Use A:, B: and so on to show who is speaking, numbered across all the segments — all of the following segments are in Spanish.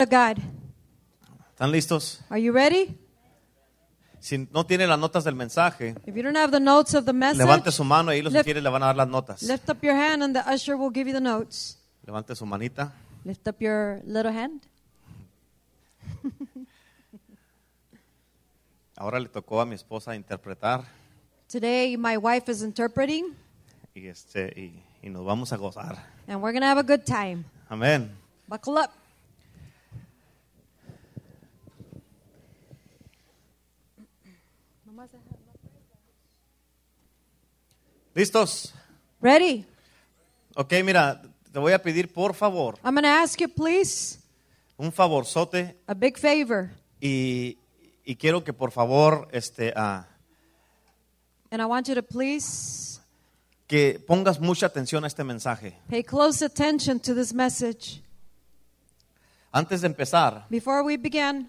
A: of God.
B: ¿Están listos?
A: Are you ready?
B: Si no tiene las notas del mensaje,
A: If you don't have the notes of the message,
B: levante su mano y ahí los
A: Lef-
B: sugieres le van a dar las notas.
A: lift up your hand and the usher will give you the notes.
B: Levante su manita.
A: Lift up your little hand.
B: Ahora le tocó a mi esposa interpretar
A: Today, my wife is interpreting
B: y, este, y, y nos vamos a gozar.
A: and we're going to have a good time.
B: Amén.
A: Buckle up.
B: ¿Listos?
A: Ready?
B: Ok, mira, te voy a pedir por favor
A: I'm going to ask you, please,
B: un favorzote
A: a big favor.
B: y, y quiero que por favor este, ah,
A: And I want you to please
B: que pongas mucha atención a este mensaje.
A: pay close attention to this message.
B: Antes de empezar,
A: Before we begin,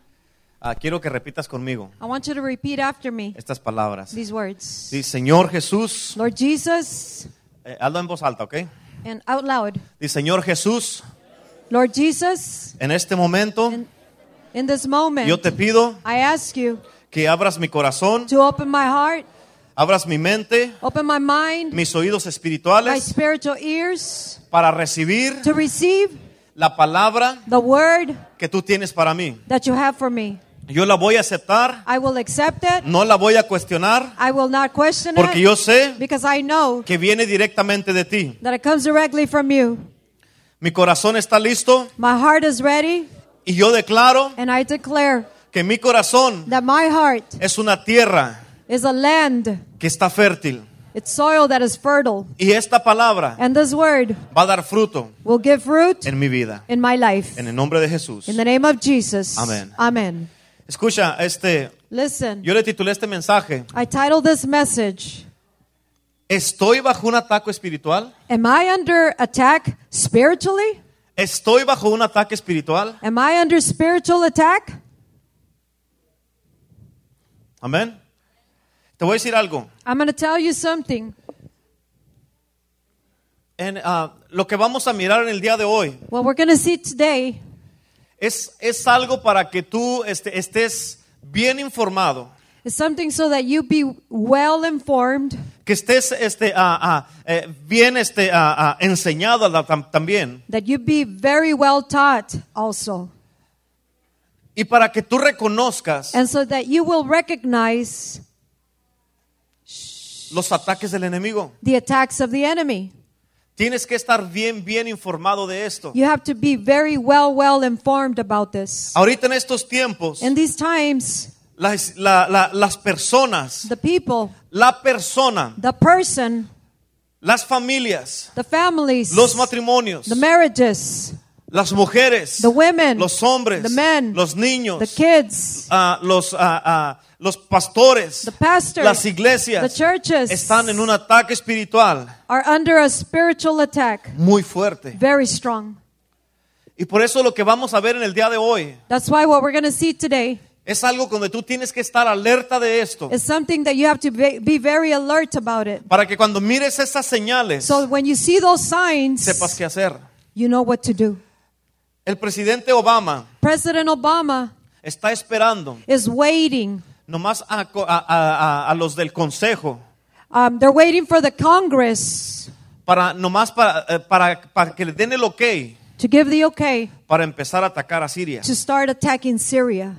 B: ah, quiero que repitas conmigo
A: I want you to repeat after me
B: estas palabras.
A: these words
B: Dice, Señor Jesús,
A: Lord Jesus,
B: eh, hazlo en voz alta, ¿ok?
A: and out loud.
B: Dice, Señor Jesús,
A: Lord Jesus,
B: en este momento
A: in, in this moment,
B: yo te pido
A: I ask you
B: que abras mi corazón,
A: to open my heart,
B: abras mi mente,
A: open my mind,
B: mis oídos
A: my
B: espirituales
A: spiritual ears
B: para recibir
A: to receive
B: la palabra
A: the word
B: que tú tienes para mí.
A: that you have for me.
B: Yo la voy a aceptar,
A: I will accept it.
B: no la voy a cuestionar,
A: I will not question
B: porque
A: it
B: yo sé
A: because I know
B: que viene directamente de ti.
A: that it comes directly from you.
B: Mi corazón está listo
A: My heart is ready,
B: y yo declaro
A: and I declare
B: que mi corazón
A: that my heart
B: es una tierra
A: is a land,
B: que está fértil
A: it's soil that is fertile,
B: y esta palabra
A: and this word
B: va a dar fruto
A: will give fruit
B: en mi vida.
A: in my life.
B: En el nombre de Jesús.
A: In the name of Jesus.
B: Amen.
A: Amen.
B: Escucha, este,
A: Listen,
B: yo le titulé este mensaje,
A: I titled this message,
B: ¿estoy bajo un ataque espiritual?
A: Am I under attack spiritually?
B: ¿Estoy bajo un ataque espiritual?
A: Am I under spiritual attack?
B: Amén. Te voy a decir algo.
A: I'm going to tell you something.
B: En, ah, lo que vamos a mirar en el día de hoy
A: What we're going to see today
B: es, es algo para que tú este, estés bien informado,
A: is something so that you be well informed,
B: que estés este, ah, ah, eh, bien este, ah, ah, enseñado la- tam- también,
A: that you be very well taught also,
B: y para que tú reconozcas
A: and so that you will recognize
B: los ataques del enemigo.
A: the attacks of the enemy.
B: Tienes que estar bien, bien informado de esto.
A: You have to be very well, well informed about this.
B: Ahorita en estos tiempos,
A: In these times,
B: las, la- la- las personas,
A: the people
B: la persona,
A: the person,
B: las familias,
A: the families,
B: los matrimonios,
A: the marriages,
B: las mujeres,
A: the women,
B: los hombres,
A: the men,
B: los niños,
A: the kids,
B: ah, los, ah, ah, los pastores,
A: the pastors,
B: las iglesias,
A: the churches
B: están en un ataque espiritual
A: are under a spiritual attack,
B: muy fuerte.
A: very strong.
B: Y por eso lo que vamos a ver en el día de hoy
A: That's why what we're going to see today
B: es algo donde tú tienes que estar alerta de esto.
A: is something that you have to be, be very alert about it.
B: Para que cuando mires estas señales,
A: So when you see those signs,
B: sepas qué hacer.
A: you know what to do.
B: El presidente Obama
A: President Obama
B: está esperando
A: is waiting.
B: nomás a, co- a- a- a- a los del consejo
A: Um, they're waiting for the Congress
B: para nomás para, eh, para, para que le den el ok
A: to give the okay
B: para empezar a atacar a Siria.
A: to start attacking Syria.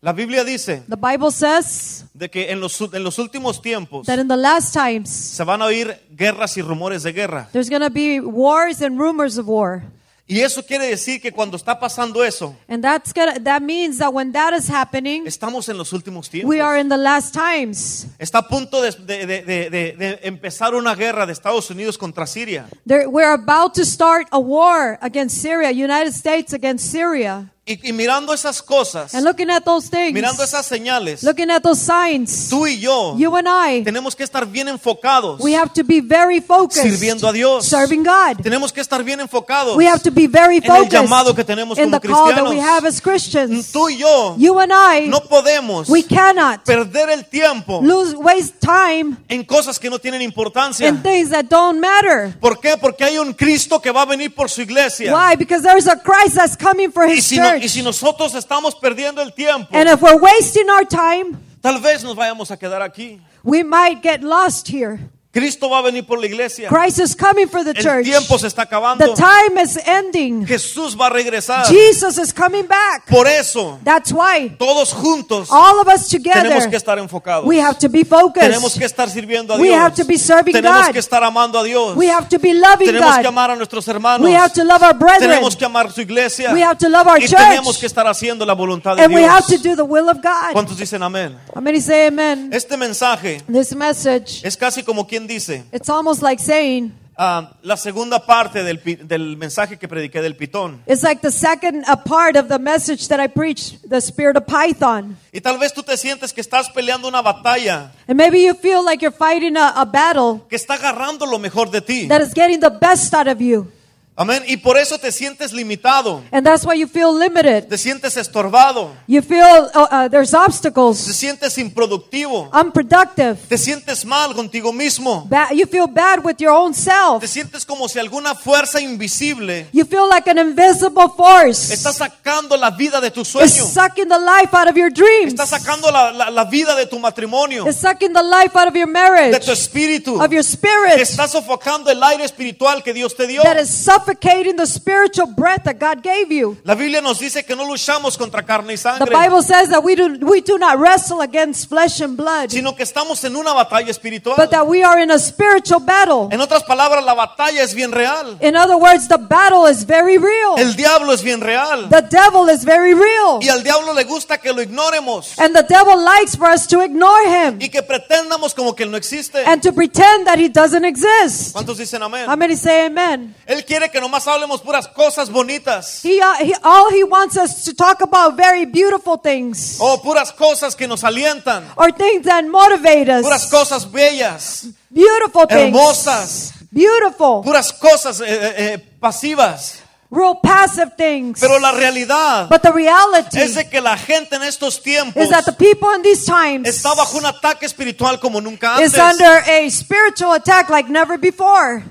B: La Biblia dice
A: The Bible says
B: de que en los, u- en los últimos tiempos
A: that in the last times
B: se van a oír guerras y rumores de guerra.
A: there's going to be wars and rumors of war.
B: Y eso quiere decir que cuando está pasando eso,
A: And that's gonna, that means that when that is happening,
B: estamos en los últimos tiempos.
A: we are in the last times.
B: Está a punto de, de- de- de- de- de empezar una guerra de Estados Unidos contra Siria.
A: There, we're about to start a war against Syria, United States against Syria.
B: Y, y mirando esas cosas,
A: And looking at those things,
B: mirando esas señales,
A: looking at those signs,
B: tú y yo
A: you and I,
B: tenemos que estar bien enfocados,
A: we have to be very focused,
B: Sirviendo a Dios.
A: serving God.
B: tenemos que estar bien enfocados
A: We have to be very
B: en el
A: focused
B: llamado que tenemos
A: in
B: como
A: the call that we
B: cristianos.
A: have as Christians.
B: Tú y yo
A: You and I,
B: no podemos
A: we cannot
B: perder el tiempo
A: lose waste time
B: en cosas que no tienen
A: in
B: importancia.
A: things that don't matter.
B: ¿Por qué? Porque hay un Cristo que va a venir por su iglesia.
A: Why? Because there's a Christ that's coming for
B: Y
A: his
B: si, no- y
A: church.
B: si nosotros estamos perdiendo el tiempo,
A: and if we're wasting our time,
B: tal vez nos vayamos a quedar aquí.
A: we might get lost here.
B: Cristo va a venir por la iglesia.
A: Christ is coming for the
B: El
A: church.
B: tiempo se está
A: The
B: acabando.
A: time is ending.
B: Jesús va a regresar.
A: Jesus is coming back.
B: Por eso,
A: That's why
B: todos juntos
A: all of us
B: tenemos que
A: together,
B: estar enfocados.
A: we have to be
B: Tenemos
A: focused.
B: que estar sirviendo a
A: We
B: Dios.
A: have to be serving
B: Tenemos
A: God.
B: que estar amando a Dios.
A: We have to be loving
B: Tenemos que
A: God.
B: amar a nuestros hermanos.
A: We have to love our brethren.
B: Tenemos que amar su iglesia.
A: We have to love our
B: y
A: church.
B: tenemos que estar haciendo la voluntad de
A: And we
B: Dios. Eh.
A: have to do the will of God.
B: ¿Cuántos dicen amén?
A: How many say amen?
B: Este mensaje
A: This message,
B: es casi como quien dice
A: it's almost like saying,
B: ah, la segunda parte del, pi- del mensaje que prediqué del pitón.
A: It's like the second a part of the message that I preached, the spirit of Python.
B: Y tal vez tú te sientes que estás peleando una batalla
A: And maybe you feel like you're fighting a, a battle
B: que está agarrando lo mejor de ti.
A: that is getting the best out of you.
B: Amén. Y por eso te sientes limitado,
A: And that's why you feel limited.
B: te sientes estorbado,
A: You feel uh, uh, there's
B: te
A: obstacles,
B: sientes improductivo,
A: unproductive.
B: te sientes mal contigo mismo,
A: Ba- you feel bad with your own
B: te
A: self.
B: sientes como si alguna fuerza invisible
A: You feel like an invisible
B: está
A: force
B: sacando la vida de tu
A: is
B: sueño,
A: sucking the life out of your dreams,
B: está sacando la, la- la vida de tu matrimonio,
A: is sucking the life out of your
B: de
A: marriage,
B: tu espíritu,
A: of your spirit,
B: está sofocando el aire espiritual que Dios te dio.
A: that is suffocating the spiritual breath that God gave you.
B: La Biblia nos dice que no luchamos contra carne y
A: The
B: sangre,
A: Bible says that we do, we do not wrestle against flesh and blood,
B: sino que estamos en una batalla espiritual.
A: but that we are in a spiritual battle.
B: En otras palabras, la batalla es bien real.
A: In other words, the battle is very real.
B: El diablo es bien real.
A: The devil is very real.
B: Y al diablo le gusta que lo ignoremos
A: And the devil likes for us to ignore him
B: y que pretendamos como que él no existe.
A: and to pretend that he doesn't exist.
B: ¿Cuántos dicen amén?
A: How many say amen?
B: Él quiere que nomás hablemos puras cosas bonitas
A: He, uh, he, all he wants us to talk about very beautiful things
B: o puras cosas que nos alientan,
A: or things that motivate
B: puras
A: us.
B: cosas bellas,
A: Beautiful
B: hermosas,
A: things. Beautiful.
B: puras cosas eh, eh, eh, pasivas.
A: Real passive things.
B: Pero la realidad
A: But the reality
B: es de que la gente en estos tiempos
A: is that the people in these times
B: está bajo un ataque espiritual como nunca
A: is
B: antes.
A: under a spiritual attack like never before.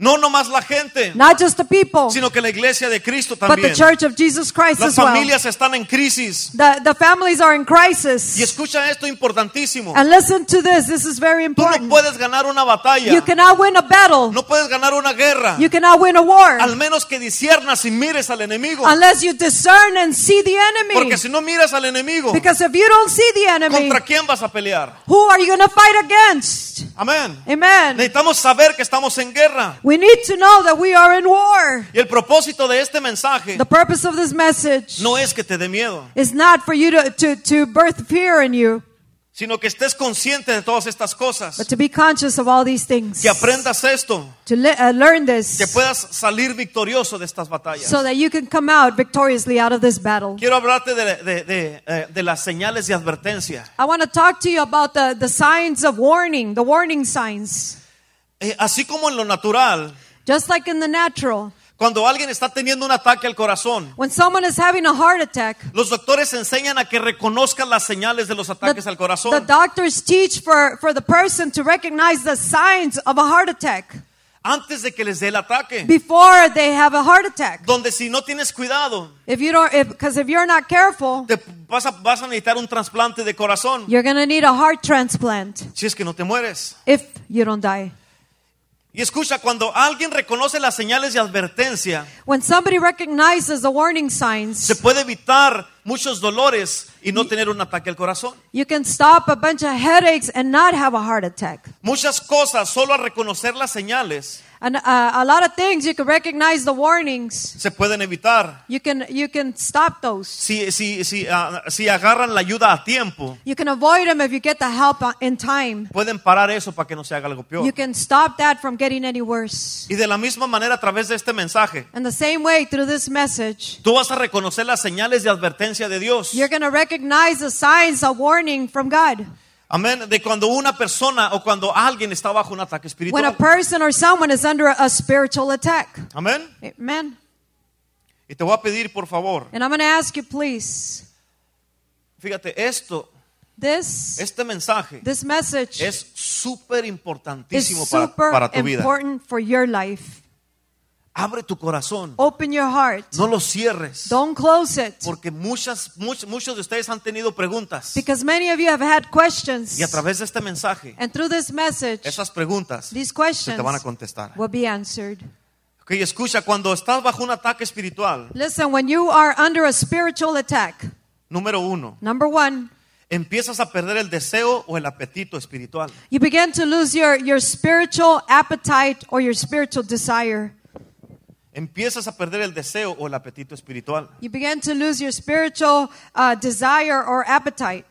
B: No nomás la gente,
A: Not just the people,
B: sino que la iglesia de Cristo
A: but the
B: también.
A: church of Jesus Christ
B: Las
A: as well.
B: familias están en crisis.
A: The, the families are in
B: Y
A: crisis.
B: escucha esto importantísimo.
A: And listen to this, this is very
B: Tú no
A: important.
B: puedes ganar una batalla.
A: You cannot win a battle,
B: No puedes ganar una guerra.
A: you cannot win a war,
B: Al menos que disiernas y mires al enemigo.
A: unless you discern and see the
B: Porque
A: enemy.
B: si no miras al enemigo,
A: Because if you don't see the enemy,
B: ¿contra quién vas a pelear?
A: who are you going to fight against?
B: Amén.
A: Amen.
B: Necesitamos saber que estamos en guerra.
A: We need to know that we are in war.
B: Y el propósito de este mensaje
A: The purpose of this message
B: no es que te dé miedo,
A: It's not for you to, to, to birth fear in you,
B: sino que estés consciente de todas estas
A: but
B: cosas.
A: to be conscious of all these things.
B: Que aprendas esto.
A: To le- uh, learn
B: Que
A: this
B: puedas salir victorioso de estas batallas.
A: so that you can come out victoriously out of this battle.
B: Quiero hablarte de, de- de, eh, de las señales de advertencia.
A: I want to talk to you about the, the signs of warning, the warning signs.
B: Eh, así como en lo natural,
A: Just like in the natural,
B: cuando alguien está teniendo un ataque al corazón,
A: when someone is having a heart attack,
B: Los doctores enseñan a que reconozcan las señales de los
A: the,
B: ataques al
A: the
B: corazón.
A: doctors teach for, for the person to recognize the signs of a heart attack
B: antes de que les dé el ataque.
A: before they have a heart attack.
B: Donde si no tienes cuidado,
A: If you don't, because if you're not careful,
B: te vas a, vas a necesitar un trasplante de corazón.
A: You're going to need a heart transplant
B: Si es que no te mueres.
A: if you don't die.
B: Y escucha, cuando alguien reconoce las señales de advertencia,
A: When somebody recognizes the warning
B: se
A: signs,
B: puede evitar muchos dolores y no tener un ataque al corazón.
A: you can stop a bunch of headaches and not have a heart attack.
B: Muchas cosas, solo al reconocer las señales,
A: And uh, a lot of things you can recognize the warnings.
B: se pueden evitar.
A: You can you can stop those.
B: Si, si, si, ah, si agarran la ayuda a tiempo,
A: You can avoid them if you get the help uh, in time.
B: pueden parar eso para que no se haga algo
A: You
B: peor.
A: can stop that from getting any worse.
B: Y de la misma manera, a través de este mensaje,
A: And the same way through this message,
B: tú vas a reconocer las señales de advertencia de Dios.
A: you're going to recognize the signs of warning from God.
B: Amén. De cuando una persona o cuando alguien está bajo un ataque
A: When a
B: espiritual.
A: person or someone is under a spiritual attack.
B: Amén.
A: Amen.
B: Y te voy a pedir, por favor,
A: And I'm going to ask you please.
B: fíjate, esto,
A: This
B: este mensaje
A: this message
B: es súper
A: is
B: importantísimo para,
A: super
B: para tu vida.
A: important for your life.
B: Abre tu corazón,
A: Open your heart.
B: no lo cierres,
A: Don't close it.
B: porque muchas, much- muchos de ustedes han tenido preguntas.
A: Because many of you have had questions.
B: Y a través de este mensaje,
A: And through this message,
B: esas preguntas
A: these
B: se
A: questions
B: te van a contestar.
A: will be answered.
B: Ok, escucha, cuando estás bajo un ataque espiritual,
A: Listen, when you are under a spiritual attack,
B: número uno,
A: number one,
B: empiezas a perder el deseo o el apetito espiritual.
A: you begin to lose your, your spiritual appetite or your spiritual desire.
B: Empiezas a perder el deseo o el apetito espiritual.
A: You begin to lose your spiritual uh, desire or appetite.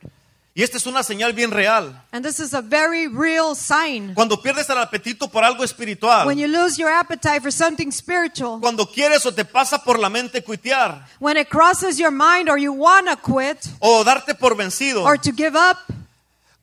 B: Y esta es una señal bien real.
A: And this is a very real sign.
B: Cuando pierdes el apetito por algo
A: When
B: espiritual,
A: you lose your appetite for something spiritual,
B: cuando quieres o te pasa por la mente cuitear
A: when it crosses your mind or you want to quit
B: o darte por vencido,
A: or to give up,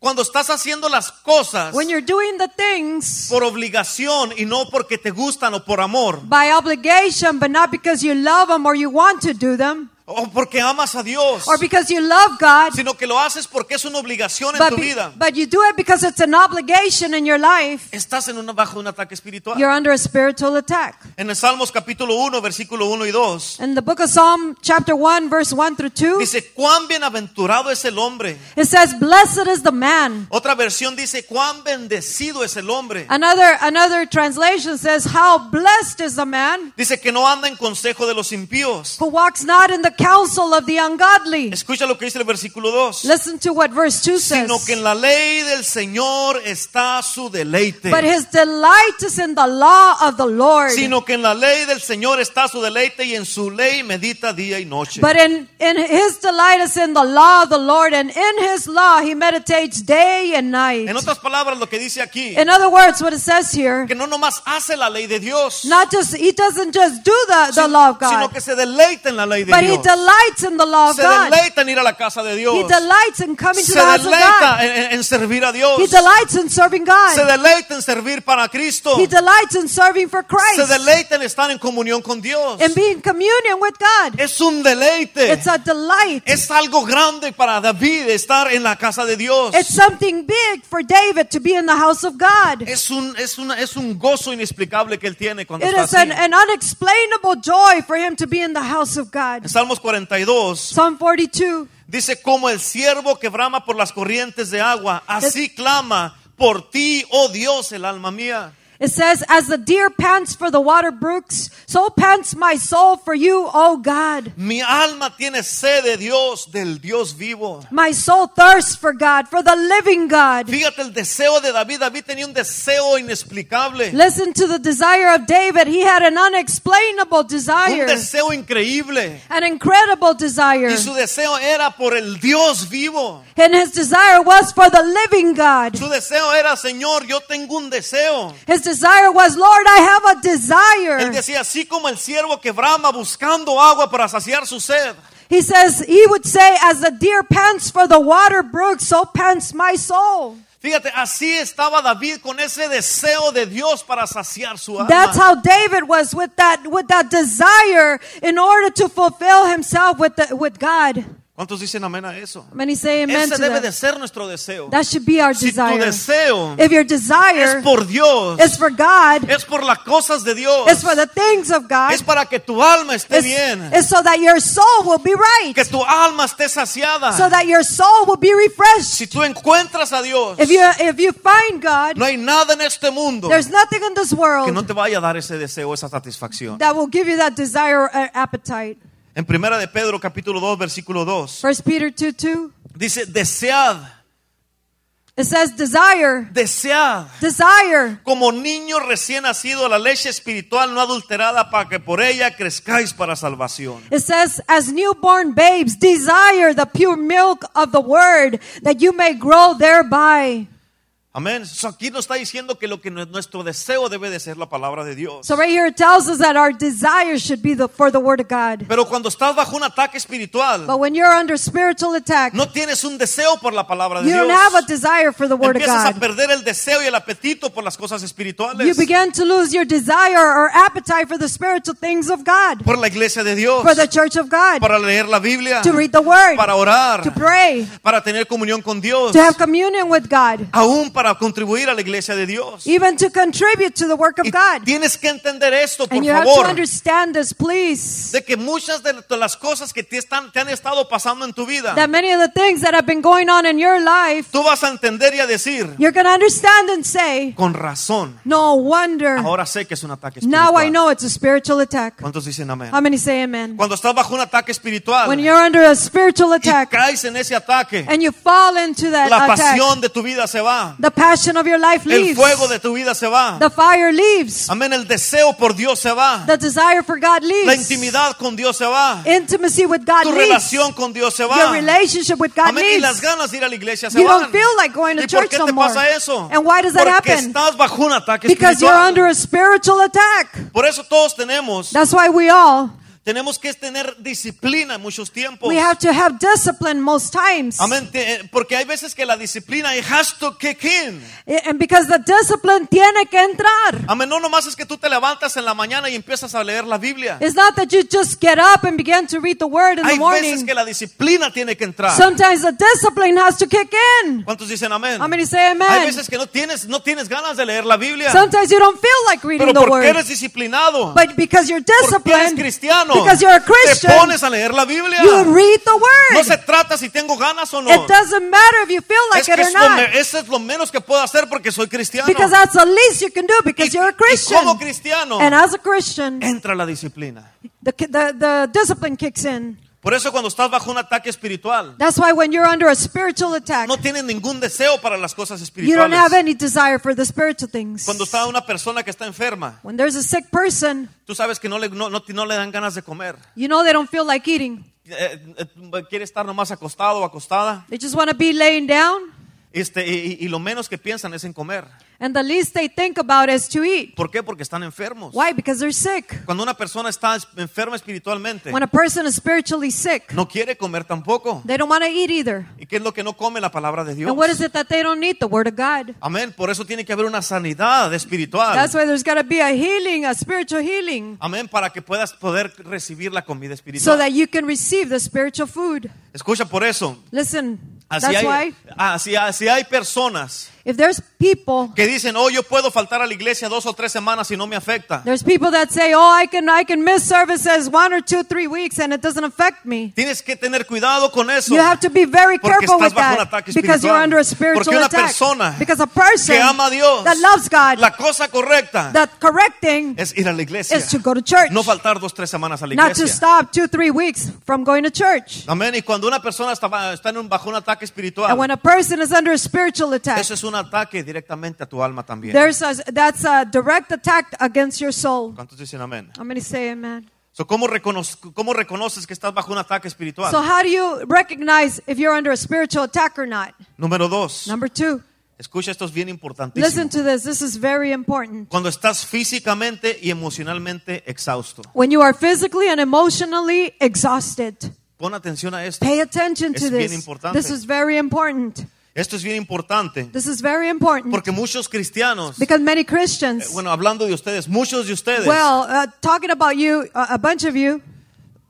B: cuando estás haciendo las cosas
A: when you're doing the things
B: por obligación y no porque te gustan o por amor,
A: by obligation, but not because you love them or you want to do them,
B: o porque amas a Dios,
A: or because you love God,
B: sino que lo haces porque es una obligación en
A: but,
B: tu
A: be-
B: vida.
A: but you do it because it's an obligation in your life,
B: Estás en un, bajo un ataque espiritual.
A: you're under a spiritual attack.
B: En el Salmos capítulo 1, versículo 1 y 2,
A: In the book of Psalm, chapter 1, verse 1 through 2,
B: dice, cuán bienaventurado es el hombre.
A: it says, Blessed is the man.
B: Otra versión dice, cuán bendecido es el hombre.
A: Another, another translation says, How blessed is the man
B: Dice que no anda en consejo de los impíos.
A: who walks not in the counsel of the ungodly.
B: Escucha lo que dice el versículo 2.
A: Listen to what verse 2
B: Sino que en
A: says.
B: la ley del Señor está su deleite.
A: But his delight is in the law of the Lord.
B: Sino que en la ley del Señor está su deleite y en su ley medita día y noche.
A: But in, in his delight is in the law of the Lord, and in his law he meditates day and night.
B: En otras palabras, lo que dice aquí,
A: In other words, what it says here,
B: que no nomás hace la ley de Dios,
A: not just he doesn't just do the, the law of
B: sino
A: God,
B: que se deleita en la ley de
A: but he
B: Dios.
A: delights in the law of
B: Se
A: God.
B: deleita en ir a la casa de Dios.
A: He delights in coming to
B: Se
A: the house of God.
B: deleita en, en- en servir a Dios.
A: He delights in serving
B: Se
A: God.
B: deleita en servir para Cristo.
A: He delights in serving for
B: Se
A: Christ
B: deleita en estar en comunión con Dios.
A: and being communion with God.
B: Es un deleite.
A: It's a delight.
B: Es algo grande para David estar en la casa de Dios.
A: It's something big for David to be in the house of God.
B: Es un, es, una, es un gozo inexplicable que él tiene cuando
A: It
B: está
A: is
B: así.
A: an, an unexplainable joy for him to be in the house of God.
B: En Salmos 42
A: Psalm 42.
B: dice, como el siervo que brama por las corrientes de agua, así clama por ti, oh Dios, el alma mía.
A: It says, As the deer pants for the water brooks, so pants my soul for you, O God.
B: Mi alma tiene sed de Dios, del Dios vivo.
A: My soul thirsts for God, for the living God.
B: Fíjate el deseo de David. David tenía un deseo inexplicable.
A: Listen to the desire of David. He had an unexplainable
B: Un
A: desire,
B: deseo increíble.
A: an incredible desire.
B: Y su deseo era por el Dios vivo.
A: And his desire was for the living God.
B: Su deseo era, Señor, yo tengo un deseo.
A: His desire was, Lord, I have a
B: Él
A: desire.
B: decía, así como el siervo que brama buscando agua para saciar su sed,
A: He says, He would say, As the deer pants for the water brooks, so pants my soul.
B: Fíjate, así estaba David con ese deseo de Dios para saciar su alma.
A: That's how David was with that with that desire in order to fulfill himself with the, with God.
B: ¿Cuántos dicen amén a eso?
A: Many say amen
B: Ese
A: to
B: debe
A: that.
B: de ser nuestro deseo.
A: That should be our
B: Si tu
A: desire.
B: deseo
A: If your
B: es
A: desire
B: por Dios,
A: is for God,
B: es por las cosas de Dios,
A: is for the things of God,
B: es para que tu alma esté
A: is,
B: bien,
A: is so that your soul will be right,
B: que tu alma esté saciada.
A: so that your soul will be refreshed.
B: si tú encuentras a Dios,
A: If you if you find God,
B: no hay nada en este mundo
A: there's nothing in this
B: que no
A: world
B: te vaya a dar ese deseo, esa satisfacción.
A: that will give you that desire or appetite.
B: En primera de Pedro capítulo 2 versículo 2
A: First Peter two two.
B: dice, "Desead
A: It says desire,
B: Desead
A: desire.
B: como niño recién nacido la leche espiritual no adulterada para que por ella crezcáis para salvación.
A: It says, as newborn babes, desire the pure milk of the word that you may grow thereby.
B: Amén. So, aquí nos está diciendo que lo que nu- nuestro deseo debe de ser la palabra de Dios.
A: So right here it tells us that our desire should be the, for the word of God.
B: Pero cuando estás bajo un ataque espiritual,
A: But when you're under spiritual attack,
B: no tienes un deseo por la palabra de
A: you don't have a
B: Dios.
A: desire for the word of
B: Empiezas a
A: God.
B: perder el deseo y el apetito por las cosas
A: You
B: espirituales,
A: begin to lose your desire or appetite for the spiritual things of God,
B: por la iglesia de Dios,
A: for the church of God,
B: para leer la Biblia,
A: to read the word,
B: para orar,
A: to pray,
B: para tener comunión con Dios,
A: to have communion with God,
B: aún para contribuir a la iglesia de Dios.
A: even to contribute to the work of
B: Y
A: God.
B: tienes que entender esto, por
A: And you have to
B: favor,
A: understand this, please.
B: de que muchas de las cosas que te, están, te han estado pasando en tu vida,
A: that many of the things that have been going on in your life,
B: tú vas a entender y a decir,
A: you're going to understand and say,
B: con razón,
A: No wonder.
B: ahora sé que es un ataque
A: Now I
B: espiritual.
A: know it's a spiritual attack.
B: ¿Cuántos dicen amén?
A: How many say amen?
B: Cuando estás bajo un ataque
A: When
B: espiritual
A: you're under a spiritual
B: y
A: attack
B: caes en ese ataque,
A: and you fall into that
B: la
A: attack,
B: pasión de tu vida se va,
A: the passion of your life
B: el
A: leaves,
B: fuego de tu vida se va,
A: the fire leaves,
B: amén, el deseo por Dios se va,
A: the desire for God
B: la
A: leaves,
B: intimidad con Dios se va,
A: intimacy with God
B: tu
A: leaves,
B: relación con Dios se
A: your
B: va,
A: relationship with God
B: amén, y
A: leaves.
B: las ganas de ir a la iglesia se
A: You
B: van.
A: don't feel like going to
B: ¿Y por
A: church
B: qué
A: no
B: te
A: more.
B: pasa eso?
A: And why does that
B: Porque
A: happen?
B: estás bajo un ataque
A: Because you're
B: espiritual.
A: under a spiritual attack.
B: Por eso todos tenemos,
A: That's why we all
B: tenemos que tener disciplina en muchos tiempos.
A: We have to have discipline most times.
B: Amén, te- eh, porque hay veces que la disciplina it has to kick in.
A: And because the discipline tiene que entrar.
B: Amén, no nomás es que tú te levantas en la mañana y empiezas a leer la Biblia.
A: It's not that you just get up and begin to read the word in the
B: Hay veces
A: morning.
B: que la disciplina tiene que entrar.
A: Sometimes the discipline has to kick in.
B: ¿Cuántos dicen amén?
A: How many say
B: Hay
A: amen?
B: veces que no tienes, no tienes ganas de leer la Biblia.
A: Sometimes you don't feel like
B: Pero
A: reading the
B: porque
A: word.
B: eres disciplinado,
A: But because you're
B: porque eres
A: disciplined,
B: cristiano,
A: because you're a
B: te
A: Christian,
B: pones a leer la Biblia.
A: you read the
B: No
A: word.
B: se trata si tengo ganas o no.
A: It doesn't matter if you feel like
B: Es que
A: it
B: es
A: or
B: lo,
A: not.
B: me- eso es lo menos que puedo hacer porque soy cristiano.
A: Because that's the least you can do
B: y,
A: because you're a
B: y
A: Christian.
B: como cristiano,
A: And as a Christian,
B: entra la disciplina.
A: the, the, the discipline kicks in.
B: Por eso cuando estás bajo un ataque espiritual,
A: That's why when you're under a spiritual attack,
B: no tienes ningún deseo para las cosas
A: you don't have
B: espirituales.
A: any desire for the spiritual things.
B: Cuando está una persona que está enferma,
A: When there's a sick person,
B: tú sabes que no le, no, no te- no le dan ganas de comer.
A: you know they don't feel like eating.
B: Eh, eh, quiere estar nomás acostado o acostada.
A: They just want to be laying down,
B: Este, y, y- y lo menos que piensan es en comer.
A: and the least they think about is to eat.
B: ¿Por qué? Porque están enfermos.
A: Why? Because they're sick.
B: Cuando una persona está es- enferma espiritualmente,
A: When a person is spiritually sick,
B: no quiere comer tampoco.
A: they don't want to eat either.
B: ¿Y qué es lo que no come la palabra de Dios?
A: And what is it that they don't need? The Word of God.
B: Amén. Por eso tiene que haber una sanidad espiritual.
A: That's why there's got to be a healing, a spiritual healing,
B: Amén. Para que puedas poder recibir la comida
A: so
B: espiritual.
A: that you can receive the spiritual food.
B: Escucha por eso.
A: Listen,
B: Así
A: that's
B: hay, ah,
A: why
B: así, así hay personas
A: if there's people
B: que dicen, oh, yo puedo faltar a la iglesia dos o tres semanas y no me afecta.
A: There's people that say, "Oh, I can I can miss services one or two, three weeks, and it doesn't affect me."
B: Tienes que tener cuidado con eso.
A: You have to be very
B: Porque
A: careful
B: estás
A: with
B: bajo un
A: that
B: ataque
A: because
B: espiritual.
A: you're under a
B: Porque
A: spiritual
B: una
A: attack.
B: persona
A: Because a person
B: que ama a Dios,
A: that loves God,
B: La cosa correcta
A: that correct thing
B: es ir a la iglesia.
A: is to go to church,
B: No faltar dos tres semanas a la
A: not to
B: iglesia.
A: stop two, three weeks from going to church.
B: Amén. Y cuando una persona está, está en un, bajo un ataque espiritual,
A: And when a person is under a spiritual attack,
B: eso es un ataque directamente a tu alma también.
A: there's a, that's a direct attack against your soul.
B: ¿Cuántos dicen amén?
A: I'm going to say amen.
B: So, ¿cómo, reconoz- ¿Cómo reconoces que estás bajo un ataque espiritual?
A: So how do you recognize if you're under a spiritual attack or not?
B: Número dos.
A: Number two.
B: Escucha, esto es bien
A: Listen
B: importantísimo.
A: to this. This is very important.
B: Cuando estás físicamente y emocionalmente exhausto.
A: When you are physically and emotionally exhausted,
B: Pon atención a esto.
A: pay attention to
B: Es bien
A: this.
B: importante.
A: This is very important.
B: Esto es bien importante.
A: This is very important
B: Porque muchos cristianos, eh,
A: because many Christians,
B: bueno, hablando de ustedes, muchos de ustedes
A: well, uh, talking about you, uh, a bunch of you,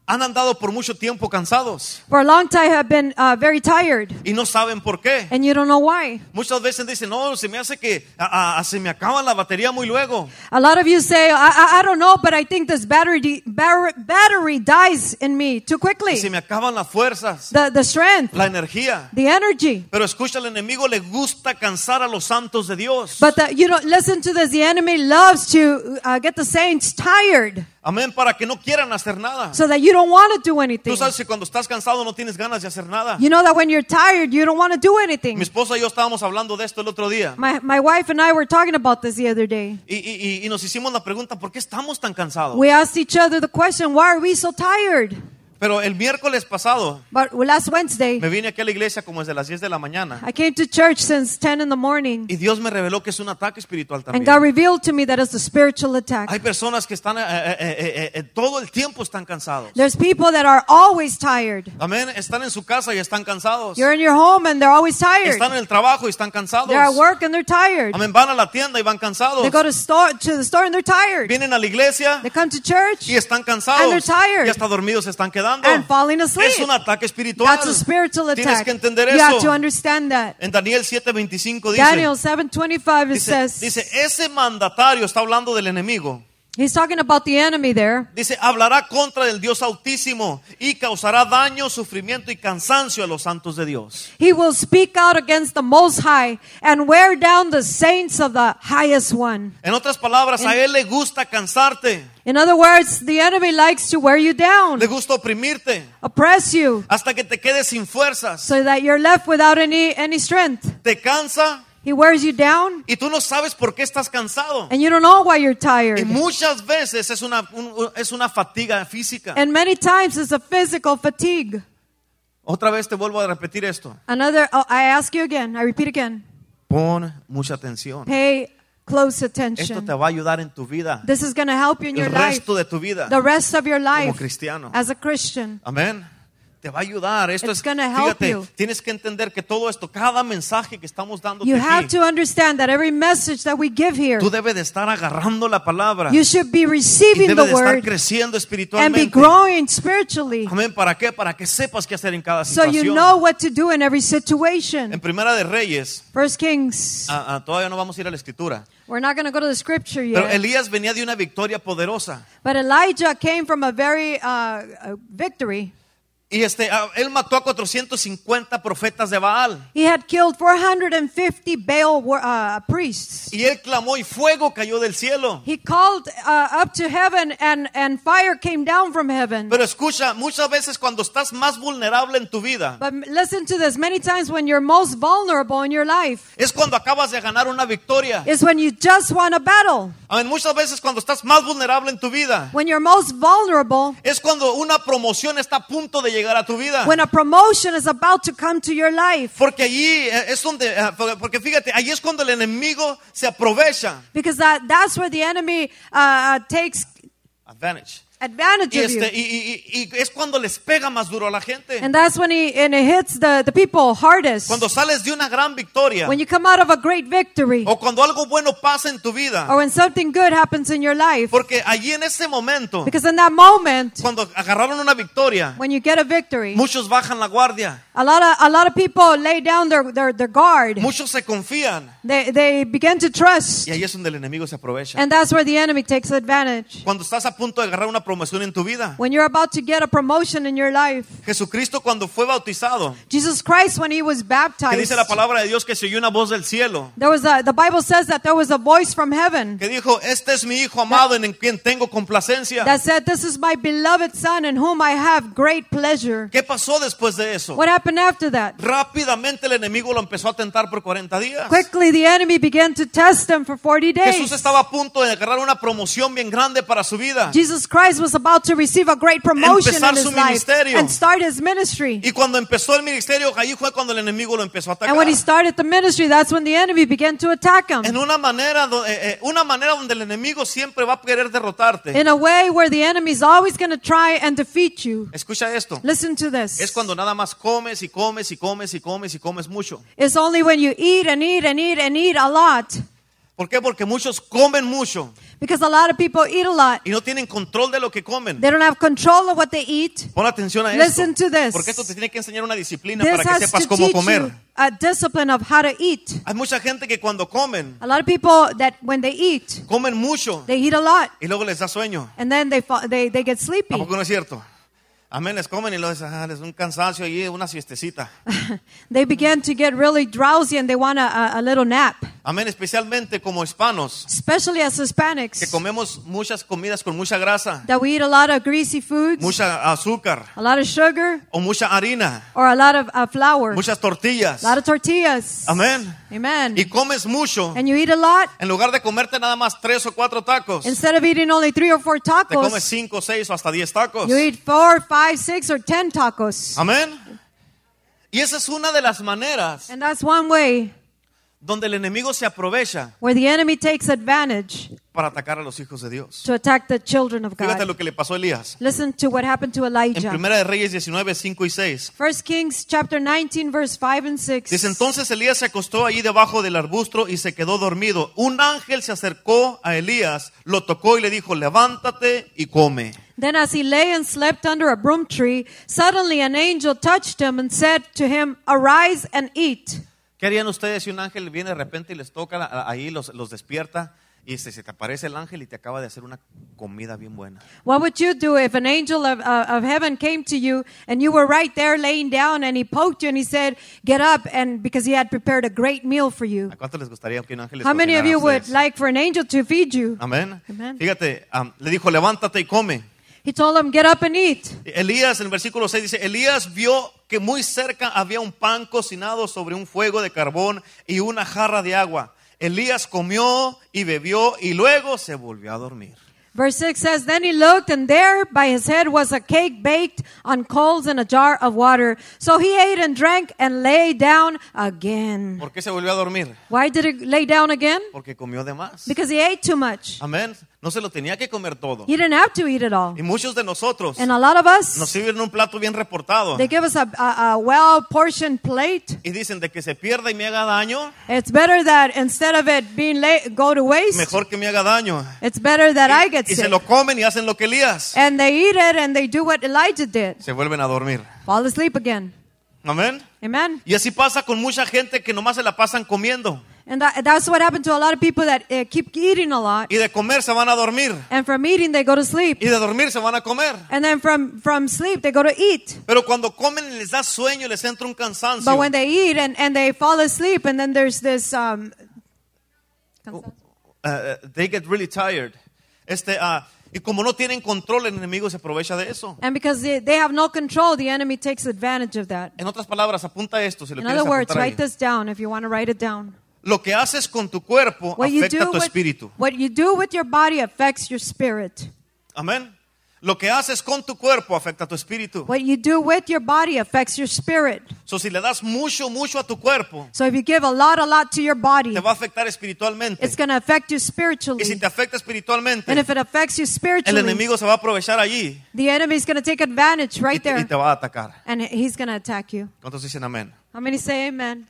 B: han andado por mucho tiempo cansados
A: for a long time have been uh, very tired
B: y no saben por qué.
A: and you don't know why.
B: Muchas veces dicen, no, se me hace que a- a- se me acaba la batería muy luego.
A: A lot of you say, I, I, I don't know, but I think this battery, de- bar- battery dies in me too quickly.
B: Y se me acaban las fuerzas,
A: The, the strength,
B: la energía.
A: the energy.
B: Pero escucha, al enemigo le gusta cansar a los santos de Dios.
A: But the, you know, listen to this. The enemy loves to uh, get the saints tired.
B: Amén, para que no quieran hacer nada.
A: so that you don't want to do anything.
B: Tú sabes que cuando estás cansado no tienes ganas de hacer nada.
A: You know that when you're tired, you don't want to do anything.
B: Mi esposa y yo estábamos hablando de esto el otro día.
A: My, my wife and I were talking about this the other day.
B: Y, y- y- y nos hicimos la pregunta, ¿por qué estamos tan cansados?
A: We asked each other the question, why are we so tired?
B: Pero el miércoles pasado
A: But last Wednesday,
B: me vine aquí a la iglesia como desde las 10 de la mañana
A: I came to church since 10 in the morning,
B: y Dios me reveló que es un ataque espiritual
A: and God
B: también.
A: revealed to me that it's a spiritual attack.
B: Hay personas que están eh, eh, eh, eh, eh, todo el tiempo están cansados.
A: There's people that are always tired.
B: Amén, están en su casa y están cansados.
A: You're in your home and they're always tired.
B: Están en el trabajo y están cansados.
A: They're at work and they're tired.
B: Amén, van a la tienda y van cansados.
A: They go to store to the store and they're tired.
B: Vienen a la iglesia
A: They come to church
B: y están
A: And they're
B: cansados.
A: tired.
B: Y hasta dormidos se están quedando.
A: and falling asleep.
B: Es un ataque espiritual.
A: That's a spiritual
B: Tienes
A: attack.
B: que entender
A: You have to
B: eso.
A: understand that.
B: En Daniel 7:25 dice,
A: Daniel 7:25 it
B: dice,
A: says
B: dice, ese mandatario está hablando del enemigo.
A: he's talking about the enemy there.
B: Dice, hablará contra el Dios Altísimo y causará daño, sufrimiento y cansancio a los santos de Dios.
A: He will speak out against the most high and wear down the saints of the highest one.
B: En otras palabras, a él le gusta cansarte,
A: In other words, the enemy likes to wear you down,
B: le gusta oprimirte
A: oppress you
B: hasta que te quedes sin fuerzas.
A: so that you're left without any any strength.
B: Te cansa
A: He wears you down
B: y tú no sabes por qué estás cansado.
A: and you don't know why you're tired.
B: Y muchas veces es una, un- es una fatiga física.
A: And many times it's a physical fatigue.
B: Otra vez te vuelvo a repetir esto.
A: Another, oh, I ask you again, I repeat again.
B: Pon mucha atención.
A: Pay close
B: Esto
A: attention.
B: te va a ayudar en tu vida,
A: This is going to help you in your
B: el
A: life,
B: resto de tu vida.
A: the rest of your life
B: cristiano.
A: as a Christian.
B: Amén. Te va a ayudar. Esto
A: It's
B: es,
A: gonna help
B: fíjate,
A: you.
B: tienes que entender que todo esto, cada mensaje que estamos dando,
A: You have to understand that every message that we give here,
B: tú debes de estar agarrando la palabra
A: you should be
B: y
A: receiving
B: debes
A: the
B: de estar
A: word
B: creciendo
A: and be
B: espiritualmente.
A: growing spiritually
B: Amén. ¿Para qué? Para que sepas qué hacer en cada
A: so
B: situación.
A: you know what to do in every
B: En
A: situation.
B: Primera de Reyes,
A: First Kings,
B: ah, ah, todavía no vamos a ir a la escritura,
A: we're not going to go to the scripture
B: pero
A: yet,
B: Elías venía de una victoria poderosa
A: but Elijah came from a very uh, uh, victory.
B: y este, ah, él mató a 450 profetas de Baal
A: He had killed 450 Baal wor- uh, priests.
B: y él clamó y fuego cayó del cielo.
A: He called uh, up to heaven and, and fire came down from heaven.
B: Pero escucha, muchas veces cuando estás más vulnerable en tu vida,
A: But listen to this many times when you're most vulnerable in your life
B: Es cuando acabas de ganar una victoria.
A: is when you just won a battle.
B: Amén. Muchas veces cuando estás más vulnerable en tu vida.
A: When you're most vulnerable,
B: Es cuando una promoción está a punto de llegar a tu vida.
A: when a promotion is about to come to your life.
B: Porque allí eh, es donde, eh, porque fíjate, allí es cuando el enemigo se aprovecha.
A: Because that, that's where the enemy uh, uh, takes
B: Advantage.
A: advantage
B: Y,
A: of you.
B: este, y, y- y- y es cuando les pega más duro a la gente.
A: And that's when he and it hits the, the people hardest.
B: Cuando sales de una gran victoria
A: When you come out of a great victory
B: o cuando algo bueno pasa en tu vida.
A: or when something good happens in your life.
B: Porque allí en ese momento,
A: Because in that moment,
B: cuando agarraron una victoria,
A: when you get a victory,
B: muchos bajan la guardia,
A: a lot of a lot of people lay down their their, their guard.
B: muchos se confían.
A: They they begin to trust,
B: Y ahí es donde el enemigo se aprovecha.
A: and that's where the enemy takes advantage.
B: Cuando estás a punto de agarrar una promoción en tu vida.
A: When you're about to get a promotion in your life,
B: Jesucristo cuando fue bautizado,
A: Jesus Christ, when he was
B: que
A: baptized,
B: dice la palabra de Dios que se oyó una voz del cielo,
A: there was a the Bible says that there was a voice from heaven
B: que dijo, este es mi hijo amado en quien tengo complacencia.
A: that said, "This is my beloved son, in whom I have great pleasure."
B: ¿Qué pasó después de eso?
A: What happened after that?
B: Rápidamente el enemigo lo empezó a tentar por 40 días.
A: Quickly, the enemy began to test them for 40
B: Jesús
A: days.
B: estaba a punto de agarrar una promoción bien grande para su vida.
A: Jesus Christ was about to receive a great promotion
B: Empezar
A: in
B: su
A: his life
B: ministerio.
A: and start his ministry.
B: Y cuando empezó el ministerio, ahí fue cuando el enemigo lo empezó a atacar.
A: And when he started the ministry, that's when the enemy began to attack
B: En
A: him.
B: una manera, do- eh, eh, una manera donde el enemigo siempre va a querer derrotarte.
A: In a way where the enemy's always going to try and defeat you.
B: Escucha esto.
A: Listen to this.
B: Es cuando nada más comes y comes y comes y comes y comes mucho.
A: It's only when you eat and eat and eat and eat a lot.
B: ¿Por qué? Porque muchos comen mucho
A: Because a lot of people eat a lot.
B: y no tienen control de lo que comen.
A: They don't have control of what they eat.
B: Pon atención a
A: Listen
B: esto.
A: to this.
B: Porque esto te tiene que enseñar una disciplina
A: This
B: para que
A: has
B: sepas
A: to
B: cómo
A: teach you
B: comer.
A: a discipline of how to eat.
B: Hay mucha gente que cuando comen,
A: A lot of people that when they eat,
B: comen mucho
A: they eat a lot.
B: y luego les da sueño.
A: And then they, fall, they, they get sleepy.
B: Tampoco no es cierto. Amén, les comen y luego les, ah, les da un cansancio y una siestecita.
A: they begin to get really drowsy and they want a, a, a little nap.
B: Amén, especialmente como hispanos,
A: especially as
B: que
A: Hispanics,
B: comemos muchas comidas con mucha grasa,
A: that we eat a lot of greasy foods,
B: mucha azúcar
A: a lot of sugar,
B: o mucha harina,
A: or a lot of uh, flour, a
B: muchas tortillas.
A: lot of tortillas.
B: Amén.
A: Amen.
B: Y comes mucho,
A: And you eat a lot.
B: en lugar de comerte nada más tres o cuatro tacos,
A: Instead of eating only three or four
B: te comes
A: tacos,
B: cinco, seis o hasta diez tacos.
A: you eat four, five, six, or ten
B: Ah.
A: tacos.
B: Amén. Y esa es una de las maneras
A: And that's one way
B: donde el enemigo se aprovecha
A: where the enemy takes advantage
B: para atacar a los hijos de Dios.
A: to attack the children of
B: Fíjate
A: God.
B: lo que le pasó a Elías.
A: Listen to what happened to
B: En
A: Elijah.
B: Primera de Reyes 19, 5 y 6.
A: First Kings chapter 19 verse 5 and 6.
B: Dice entonces Elías se acostó allí debajo del arbusto y se quedó dormido. Un ángel se acercó a Elías, lo tocó y le dijo, levántate y come.
A: Then as he lay and slept under a broom tree, suddenly an angel touched him and said to him, Arise and eat.
B: ¿Qué harían ustedes si un ángel viene de repente y les toca la- a- ahí, los, los despierta y se, se te aparece el ángel y te acaba de hacer una comida bien buena?
A: What would you do if an angel of, uh, of heaven came to you and you were right there laying down and he poked you and he said, Get up and because he had prepared a great meal for you.
B: ¿A cuánto les gustaría que un ángel les
A: How many of
B: cocinara a
A: you would
B: ustedes?
A: like for an angel to feed you?
B: Amén.
A: Amén.
B: Fíjate, am, le dijo, levántate y come.
A: He told him, Get up and eat.
B: Elías en el versículo 6 dice, Elías vio que muy cerca había un pan cocinado sobre un fuego de carbón y una jarra de agua. Elías comió y bebió y luego se volvió a dormir.
A: Verse 6 says, Then he looked, and there by his head was a cake baked on coals and a jar of water. So he ate and drank and lay down again.
B: ¿Por qué se volvió a dormir?
A: Why did he lay down again?
B: Porque comió de más.
A: Because he ate too much.
B: Amén. No se lo tenía que comer todo.
A: He didn't have to eat it all.
B: Y muchos de nosotros
A: And a lot of
B: nos
A: us,
B: sirven un plato bien reportado
A: they give us a, a, a well portioned plate.
B: y dicen de que se pierda y me haga daño,
A: It's better that instead of it being late, go to waste,
B: mejor que me haga daño.
A: it's better that I get
B: Y se
A: sick.
B: lo comen y hacen lo que Elías.
A: And they eat it and they do what Elijah did
B: Se vuelven a dormir.
A: fall asleep again.
B: Amén.
A: Amen.
B: Y así pasa con mucha gente que nomás se la pasan comiendo
A: And that, that's what happened to a lot of people that uh, keep eating a lot.
B: y de comer se van a dormir
A: And from eating, they go to sleep.
B: y de dormir se van a comer.
A: And then from, from sleep, they go to eat.
B: Pero cuando comen les da sueño y les entra un
A: But
B: cansancio.
A: when they eat and, and they fall asleep, and then there's this, um,
B: Uh, uh, they get really tired. Este, ah, y como no tienen control, el enemigo se aprovecha de eso.
A: and because they, they have no control, the enemy takes advantage of that.
B: En otras palabras, apunta esto si lo
A: In
B: quieres
A: other words,
B: apuntar ahí.
A: write this down if you want to write it down.
B: Lo que haces con tu cuerpo
A: What you,
B: afecta
A: do
B: tu
A: with,
B: espíritu.
A: what you do with your body affects your spirit.
B: Amén. Lo que haces con tu cuerpo afecta tu espíritu.
A: What you do with your body affects your spirit.
B: So, si le das mucho, mucho a tu cuerpo,
A: So if you give a lot, a lot to your body,
B: te va a afectar espiritualmente.
A: it's going to affect you
B: Y
A: spiritually.
B: si te afecta espiritualmente,
A: And if it affects you
B: El
A: spiritually,
B: enemigo se va a aprovechar allí
A: the enemy is going to take advantage
B: y
A: right
B: te, y
A: there
B: te va a atacar.
A: and he's going to attack you.
B: ¿Cuántos dicen amén?
A: How many say amen?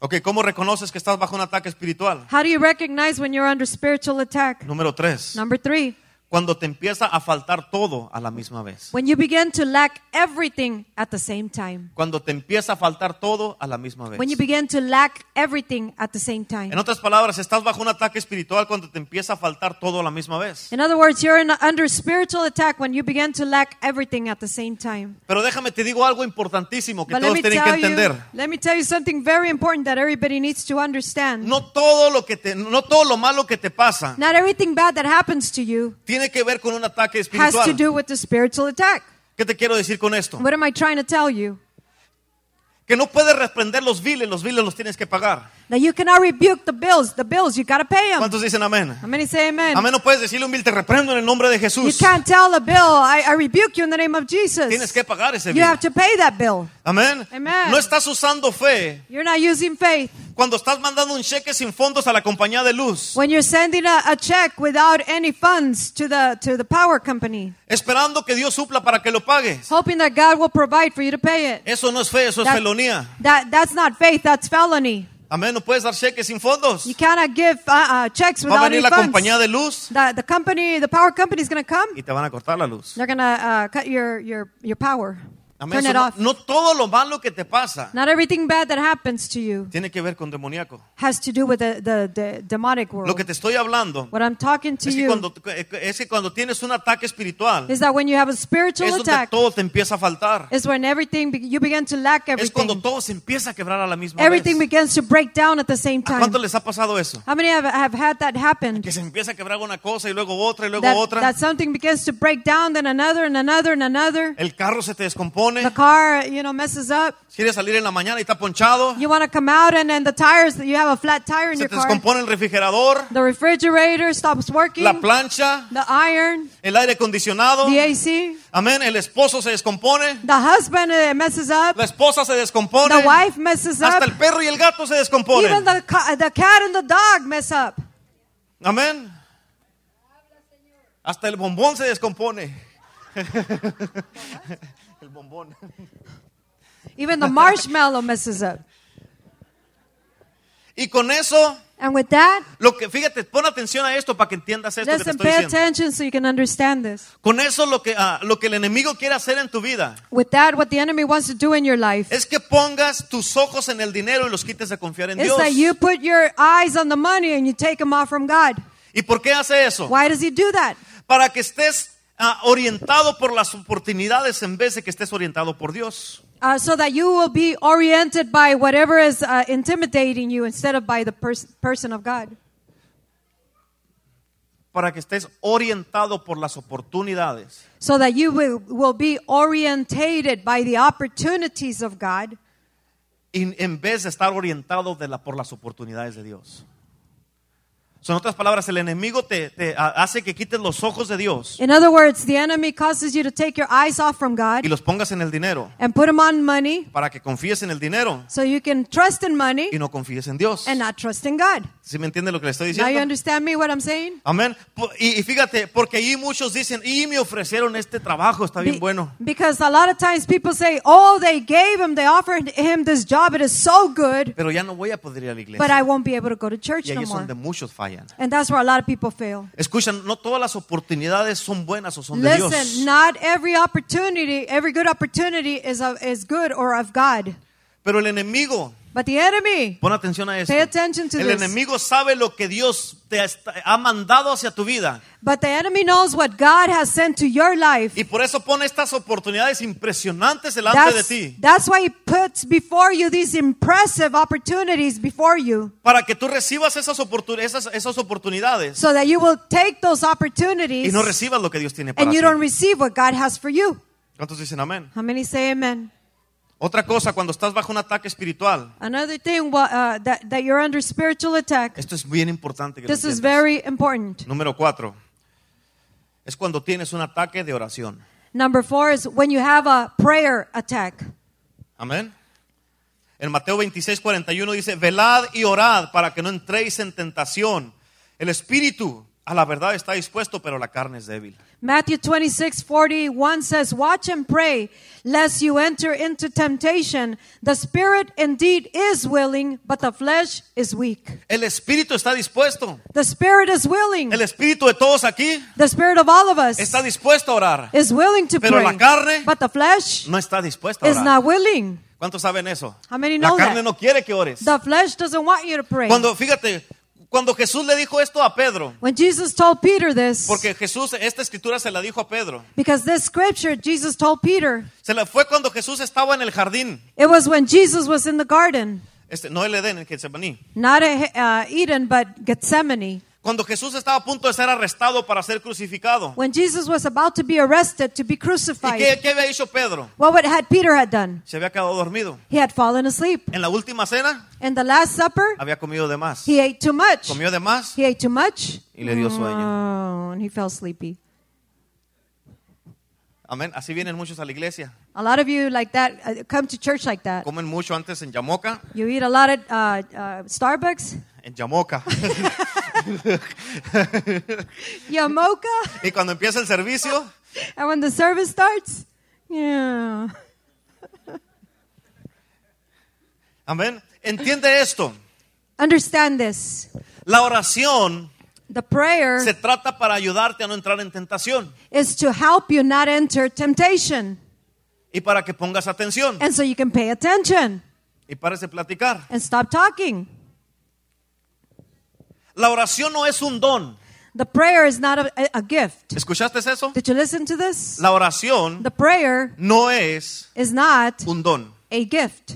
B: Ok, ¿cómo reconoces que estás bajo un ataque espiritual?
A: How do you recognize when you're under spiritual attack?
B: Número tres,
A: Number three,
B: cuando te empieza a faltar todo a la misma vez.
A: when you begin to lack everything at the same time.
B: Cuando te empieza a faltar todo a la misma vez.
A: When you begin to lack everything at the same time.
B: En otras palabras, estás bajo un ataque espiritual cuando te empieza a faltar todo a la misma vez.
A: In other words, you're in, under spiritual attack when you begin to lack everything at the same time.
B: Pero déjame, te digo algo importantísimo que
A: But let
B: todos
A: me
B: tienen que
A: tell
B: entender.
A: you, let me tell you something very important that everybody needs to understand.
B: No todo lo que te, no todo lo malo que te pasa
A: Not everything bad that happens to you
B: tiene que ver con un ataque
A: has to
B: espiritual.
A: do with the spiritual attack.
B: ¿Qué te quiero decir con esto?
A: What am I trying to tell you?
B: Que no puedes reprender los viles, los viles los tienes que pagar.
A: That you cannot rebuke the bills. The bills, you got to pay them.
B: ¿Cuántos dicen amén?
A: How many say amen?
B: Amén, no puedes decirle un vil, te reprendo en el nombre de
A: You
B: Jesús.
A: can't tell a bill, I, I rebuke you in the name of
B: Tienes
A: Jesus.
B: que pagar ese
A: You
B: vil.
A: have to pay that bill.
B: Amén.
A: Amen.
B: No estás usando fe
A: You're not using faith.
B: cuando estás mandando un cheque sin fondos a la compañía de luz,
A: When you're sending a, a check without any funds to the, to the power company,
B: esperando que Dios supla para que lo pagues.
A: hoping that God will provide for you to pay it.
B: Eso no es fe, eso es
A: That-
B: felonía.
A: That, that's not faith, that's felony.
B: Amén, no puedes dar cheques sin fondos.
A: You cannot give uh, uh, checks
B: Va a
A: without any
B: venir la
A: funds.
B: compañía de luz
A: The, the company, the power company is going to come.
B: y te van a cortar la luz.
A: They're going to uh, cut your, your, your power.
B: Amén.
A: Turn
B: Eso
A: it
B: no,
A: off.
B: no todo lo malo que te pasa
A: Not everything bad that happens to you
B: tiene que ver con demoníaco.
A: has to do with the, the, the demonic
B: Lo que
A: world.
B: te estoy hablando
A: What I'm talking to
B: es que,
A: you
B: cuando, es que cuando tienes un ataque espiritual,
A: is that when you have a
B: es
A: spiritual
B: donde
A: attack,
B: todo te empieza a faltar.
A: is when everything be- you begin to lack
B: Es cuando
A: everything.
B: todo se empieza a quebrar a la misma
A: Everything
B: vez.
A: begins to break down at the same
B: ¿A
A: time.
B: cuánto les ha pasado eso?
A: How many have, have had that happen?
B: Que se empieza a quebrar una cosa y luego otra y luego
A: That,
B: otra.
A: that something begins to break down, then another, and another, and another.
B: El carro se te
A: The
B: descompone.
A: car, you know, messes up.
B: Quieres salir en la mañana y está ponchado.
A: You want to come out, and then the tires, you have a flat tire in
B: Se
A: your
B: te
A: car.
B: descompone el refrigerador,
A: The refrigerator stops working.
B: la
A: The
B: plancha,
A: iron,
B: el aire acondicionado.
A: the AC.
B: Amén. El esposo se descompone.
A: The husband uh, messes up.
B: La esposa se descompone.
A: The wife messes
B: Hasta
A: up.
B: el perro y el gato se
A: Even
B: descomponen.
A: the, ca- the cat and the dog mess up.
B: Amén. Hasta el bombón se descompone. el bombón.
A: Even the marshmallow messes up.
B: Y con eso,
A: And with that,
B: lo que fíjate, pon atención a esto para que entiendas esto que te
A: listen,
B: estoy
A: pay
B: diciendo.
A: attention so you can understand this.
B: Con eso lo que ah, lo que el enemigo quiere hacer en tu vida
A: With that, what the enemy wants to do in your life
B: es que pongas tus ojos en el dinero y los quites de confiar en
A: is
B: Dios.
A: that you put your eyes on the money and you take them off from God.
B: ¿Y por qué hace eso?
A: Why does he do that?
B: Para que estés ah, orientado por las oportunidades en vez de que estés orientado por Dios.
A: Uh, so that you will be oriented by whatever is uh, intimidating you instead of by the pers- person of God.
B: Para que estés orientado por las oportunidades
A: So that you will, will be orientated by the opportunities of God
B: y- en vez de estar orientado de la- por las oportunidades de Dios. Son otras palabras, el enemigo te, te, ah, hace que quites los ojos de Dios
A: In other words, the enemy causes you to take your eyes off from
B: y
A: God
B: los pongas en el dinero
A: and put them on money
B: para que confíes en el dinero
A: so you can trust in money
B: y no confíes en Dios.
A: and not trust in God.
B: ¿Sí me entiende lo que le estoy
A: Now you
B: diciendo?
A: understand me what I'm saying?
B: Amén. Po- Y, y fíjate, porque ahí muchos dicen, y me ofrecieron este trabajo, está bien
A: Be-
B: bueno.
A: Because a lot of times people say, "Oh, they gave him, they offered him this job. It is so good,
B: Pero ya no voy a poder ir a la
A: but
B: iglesia.
A: I won't be able to go to church
B: Y ahí
A: no
B: es
A: more."
B: donde muchos fallan.
A: And that's where a lot of people fail.
B: Escuchan, no todas las oportunidades son buenas o son de
A: Listen,
B: Dios.
A: not every opportunity, every good opportunity is of, is good or of God.
B: Pero el enemigo,
A: But the enemy,
B: pon atención a esto.
A: Pay attention to
B: El
A: this.
B: enemigo sabe lo que Dios te ha est- ha mandado hacia tu vida.
A: but the enemy knows what God has sent to your life.
B: Y por eso pone estas oportunidades impresionantes delante de
A: That's,
B: ti.
A: that's why he puts before you these impressive opportunities before you
B: Para que tú recibas esas, oportun- esas, esas oportunidades
A: so that you will take those
B: y
A: opportunities
B: no recibas lo que Dios tiene para
A: and
B: ti.
A: you don't receive what God has for you.
B: ¿Cuántos dicen amén?
A: How many say amen?
B: Otra cosa, cuando estás bajo un ataque espiritual,
A: Another thing wha- uh, that, that you're under spiritual attack.
B: esto es bien importante. Que lo
A: This is
B: entiendas.
A: very important.
B: Número cuatro, es cuando tienes un ataque de oración.
A: Number four is when you have a prayer attack.
B: Amén. En Mateo 26, 41 dice, velad y orad para que no entréis en tentación. El espíritu a la verdad está dispuesto, pero la carne es débil.
A: Matthew 26, 41 says, Watch and pray, lest you enter into temptation. The spirit indeed is willing, but the flesh is weak.
B: El espíritu está dispuesto.
A: The spirit is willing.
B: El espíritu de todos aquí
A: The spirit of all of us
B: está dispuesto a orar.
A: is willing to
B: Pero
A: pray.
B: la carne-
A: but the flesh
B: No está dispuesta a
A: is
B: orar.
A: not willing.
B: ¿Cuántos saben eso?
A: How many
B: La
A: know
B: carne
A: that?
B: no quiere que ores.
A: The flesh doesn't want you to pray.
B: Cuando, fíjate, cuando Jesús le dijo esto a Pedro,
A: when Jesus told Peter this,
B: porque Jesús, esta escritura se la dijo a Pedro.
A: because this scripture Jesus told Peter,
B: Se la fue cuando Jesús estaba en el jardín,
A: it was when Jesus was in the garden,
B: este, no el Edén, en Getsemaní.
A: not at uh, Eden, but Gethsemane.
B: Cuando Jesús estaba a punto de ser arrestado para ser crucificado.
A: When Jesus was about to be arrested, to be
B: ¿Y
A: crucified,
B: qué, qué había hecho Pedro?
A: what would, had Peter had done?
B: Se había quedado dormido.
A: He had fallen asleep.
B: En la última cena
A: In the Last Supper,
B: había comido de más.
A: he ate too much.
B: Comió de más
A: He ate too much.
B: y le dio sueño.
A: Oh, and he fell sleepy.
B: Amén. Así vienen muchos a la iglesia.
A: A lot of you like that uh, come to church like that.
B: Comen mucho antes en Yamoca.
A: You eat a lot at uh, uh, Starbucks,
B: En Yamoca.
A: Yamoka,
B: y cuando empieza el servicio,
A: and when the service starts, yeah.
B: amén. Entiende esto.
A: Understand this.
B: La oración
A: The prayer
B: se trata para ayudarte a no entrar en tentación.
A: is to help you not enter temptation.
B: y para que pongas atención
A: and so you can pay attention
B: y pares de platicar.
A: and stop talking.
B: La oración no es un don.
A: The prayer is not a, a- a gift.
B: ¿Escuchaste eso?
A: Did you listen to this?
B: La oración
A: The prayer
B: no es
A: is not
B: un don.
A: a gift.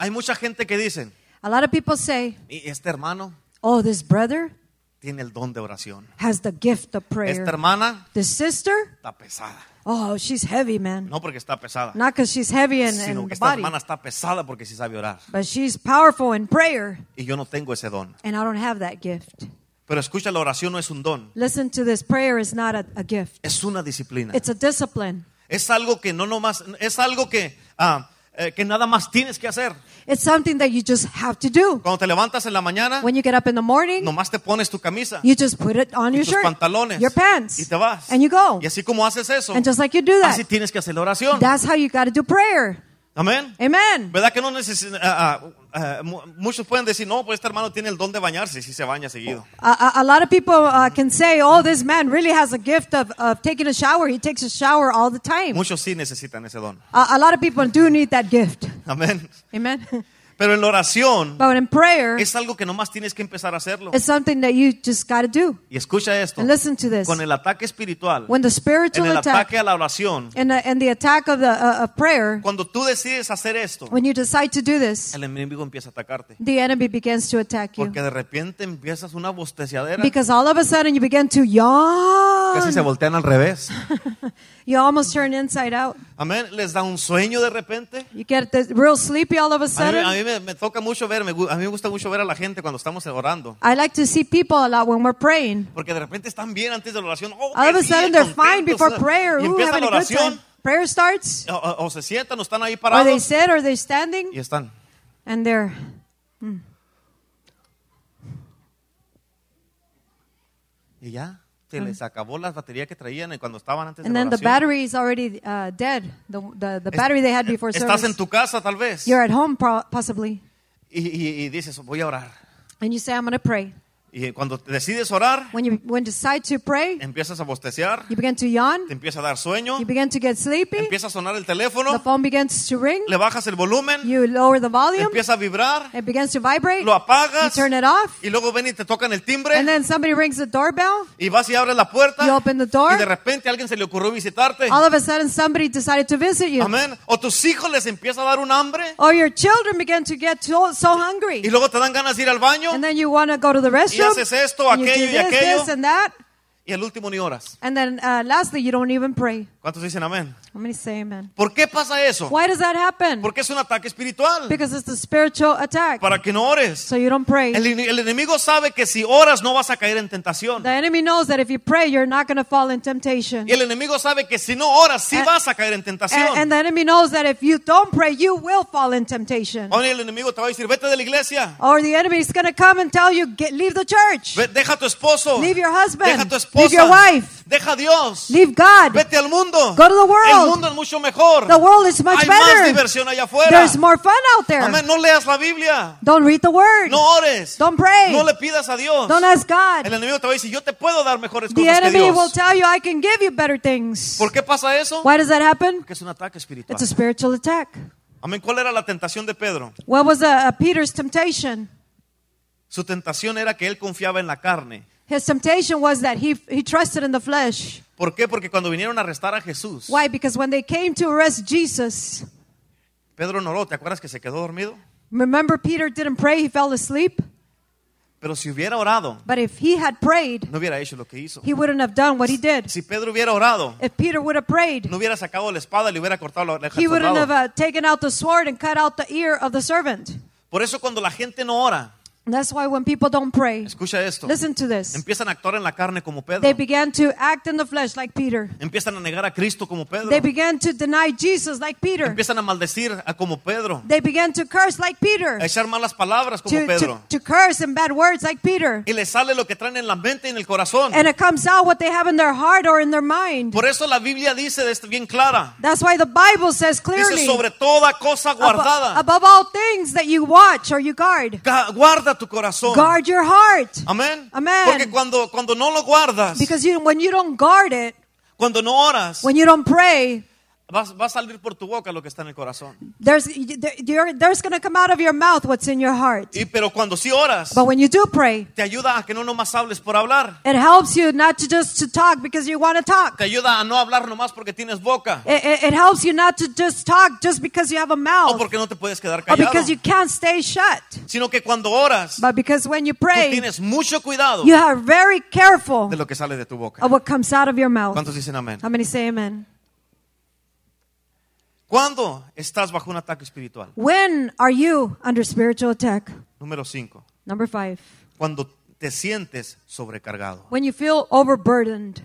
B: Hay mucha gente que dicen,
A: A lot of people say,
B: "Y este hermano
A: oh, this brother
B: tiene el don de oración.
A: has the gift of
B: Esta
A: prayer.
B: hermana
A: This sister,
B: está pesada.
A: oh, she's heavy, man.
B: No porque está pesada,
A: Not because she's heavy in,
B: sino
A: in
B: que
A: the
B: esta
A: body,
B: hermana está pesada porque sí sabe orar.
A: but she's powerful in prayer,
B: Y yo no tengo ese don.
A: and I don't have that gift.
B: Pero escucha, la oración no es un don.
A: Listen to this prayer is not a, a gift,
B: Es una disciplina.
A: it's a discipline.
B: Es algo que no nomás, es algo que, ah, eh, que nada más tienes que hacer.
A: It's something that you just have to do.
B: Cuando te levantas en la mañana,
A: When you get up in the morning,
B: nomás te pones tu camisa,
A: you just put it on
B: y
A: your
B: tus
A: shirt,
B: pantalones,
A: your pants,
B: y te vas.
A: and you go.
B: Y así como haces eso,
A: And just like you do
B: así
A: that,
B: tienes que hacer la oración.
A: that's how you got to do prayer.
B: Amén.
A: Amen.
B: ¿Verdad que no ah, necesitan? muchos pueden decir, no, pues este hermano tiene el don de bañarse, sí se baña seguido.
A: A, a, a lot of people uh, can say, oh, this man really has a gift of, of taking a shower. He takes a shower all the time.
B: Muchos sí necesitan ese don.
A: A, a lot of people do need that gift.
B: Amén.
A: Amen.
B: Pero en la oración
A: But in prayer,
B: es algo que nomás tienes que empezar a hacerlo.
A: it's something that you just got to do.
B: Y escucha esto.
A: And listen to this.
B: Con el ataque espiritual,
A: When the
B: en
A: spiritual
B: el
A: attack
B: ataque a la oración,
A: and the, and the attack of the uh, of prayer,
B: cuando tú decides hacer esto,
A: when you decide to do this,
B: el enemigo empieza a atacarte.
A: the enemy begins to attack you.
B: Porque de repente empiezas una bosteciadera que
A: Because all of a sudden you begin to yawn.
B: casi se voltean al revés.
A: You almost turn inside out.
B: Amén. Les da un sueño de repente.
A: You get this real sleepy all of a
B: A mí,
A: sudden.
B: a mí me, me toca mucho ver, me gu- a mí me gusta mucho ver a la gente cuando estamos orando.
A: I like to see people a lot when we're praying.
B: Porque de repente están bien antes de la oración. Oh,
A: All of
B: que
A: a
B: sí,
A: sudden they're
B: contentos,
A: fine before
B: eh.
A: prayer.
B: Y
A: Ooh,
B: empieza
A: having
B: la
A: a good time.
B: oración.
A: Prayer starts.
B: O, o- o se sientan o están
A: Are
B: ahí
A: they
B: parados.
A: sit? Are they
B: Y
A: standing?
B: están.
A: And they're
B: Y ya. Se les acabó la batería que traían y cuando estaban antes
A: Mm. and
B: de la
A: then the
B: oración.
A: battery is already uh, dead. The, the the battery they had before
B: Estás en
A: service.
B: tu casa tal vez. Y,
A: You're at home pro- possibly,
B: y- y dices, voy a orar.
A: and you say, "I'm going to pray."
B: Y cuando te decides orar,
A: When you when you decide to pray,
B: empiezas a bosteciar,
A: you begin to yawn.
B: te empieza a dar sueño,
A: You begin to get sleepy.
B: empieza a sonar el
A: The
B: teléfono,
A: phone begins to ring.
B: le bajas el volumen,
A: You lower the volume.
B: empieza a vibrar,
A: It begins to vibrate. You
B: lo apagas
A: turn it off.
B: y luego ven y te tocan el timbre.
A: And then somebody rings the doorbell.
B: Y vas y abres la puerta.
A: You open the door.
B: Y de repente a alguien se le ocurrió visitarte.
A: All of a sudden, somebody decided to visit you.
B: Amén. O tus hijos les empieza a dar un hambre.
A: Or your children begin to get so, so hungry.
B: Y luego te dan ganas de ir al baño.
A: And then you want to go to the restroom.
B: haces esto,
A: and you do
B: aquello y
A: this,
B: aquello.
A: this and that.
B: Y al último ni oras.
A: And then uh, lastly, you don't even pray.
B: ¿Cuántos dicen amén?
A: How many say amen?
B: ¿Por qué pasa eso?
A: Why does that happen?
B: Porque es un ataque espiritual.
A: Because it's the spiritual attack.
B: Para que no ores.
A: So you don't pray.
B: El, ene- el enemigo sabe que si oras no vas a caer en tentación.
A: The enemy knows that if you pray, you're not going to fall in temptation.
B: Y el enemigo sabe que si no oras sí
A: And-
B: vas a caer en
A: And,
B: tentación.
A: and the enemy knows that if you don't pray, you will fall in temptation.
B: Ahora el enemigo te va a decir, vete de la iglesia.
A: Or the enemy is going to come and tell you, get, leave the church,
B: Ve- deja a tu esposo.
A: leave your husband,
B: Deja a tu
A: leave your
B: esposa.
A: wife,
B: Deja a Dios.
A: leave God.
B: Vete al mundo.
A: Go to the world.
B: El mundo es mucho mejor.
A: The world is much
B: Hay más
A: better.
B: diversión allá afuera.
A: There's more fun out there.
B: Amén. No leas la Biblia.
A: Don't read the word.
B: No ores.
A: Don't pray.
B: No le pidas a Dios.
A: Don't ask
B: El
A: God.
B: enemigo te va a decir, yo te puedo dar mejores
A: The
B: cosas que
A: enemy will
B: Dios.
A: tell you, I can give you better things.
B: ¿Por qué pasa eso?
A: Why does that happen?
B: Porque es un ataque espiritual.
A: It's a spiritual attack.
B: Amén. ¿Cuál era la tentación de Pedro?
A: What was uh, Peter's temptation?
B: Su tentación era que él confiaba en la carne.
A: His temptation was that he, he trusted in the flesh.
B: ¿Por qué? Porque cuando vinieron a arrestar a Jesús,
A: Why? Because when they came to arrest Jesus,
B: Pedro no oró. ¿Te acuerdas que se quedó dormido?
A: remember Peter didn't pray, he fell asleep.
B: Pero si hubiera orado,
A: But if he had prayed,
B: no hubiera hecho lo que hizo.
A: he wouldn't have done what he did.
B: Si Pedro hubiera orado,
A: If Peter would have prayed,
B: no hubiera sacado la espada y le hubiera cortado la oreja. al
A: he wouldn't
B: soldado.
A: have uh, taken out the sword and cut out the ear of the servant.
B: Por eso cuando la gente no ora,
A: And that's why when people don't pray,
B: escucha esto,
A: listen to this.
B: empiezan a actuar en la carne como Pedro,
A: They began to act in the flesh like Peter.
B: empiezan a negar a Cristo como Pedro,
A: They began to deny Jesus like Peter.
B: empiezan a maldecir a como Pedro,
A: They began to curse like Peter.
B: a echar malas palabras como
A: To, to,
B: Pedro,
A: to curse and bad words like Peter.
B: y les sale lo que traen en la mente y en el corazón.
A: And it comes out what they have in their heart or in their mind.
B: Por eso la Biblia dice de esto bien clara,
A: That's why the Bible says
B: dice
A: clearly
B: sobre toda cosa
A: abo-
B: guardada,
A: above all things that you watch or you guard,
B: Ga- guarda tu corazón.
A: guard your heart.
B: Amén.
A: Amén.
B: Porque cuando, cuando no lo guardas,
A: Because you, when you don't guard it,
B: cuando no oras,
A: when you don't pray,
B: Vas- va a salir por tu boca lo que está en el corazón.
A: There's, there- you're- there's going to come out of your mouth what's in your heart.
B: Y pero cuando sí oras,
A: But when you do pray,
B: te ayuda a que no nomás hables por hablar.
A: it helps you not to just to talk because you want to talk.
B: Te ayuda a no hablar nomás porque tienes boca
A: It, it, it helps you not to just talk just because you have a
B: o
A: mouth
B: Oh, porque no te puedes quedar
A: or
B: callado,
A: Ah, because you can't stay shut.
B: sino que cuando oras,
A: But because when you
B: tú
A: pray,
B: tienes mucho cuidado
A: you Ah, are very careful
B: de lo que sale de tu boca.
A: of what comes out of your mouth.
B: ¿Cuántos dicen amén?
A: How many say amen?
B: ¿Cuándo estás bajo un ataque espiritual?
A: When are you under spiritual attack?
B: Número 5.
A: Number five.
B: Cuando te sientes sobrecargado.
A: When you feel overburdened.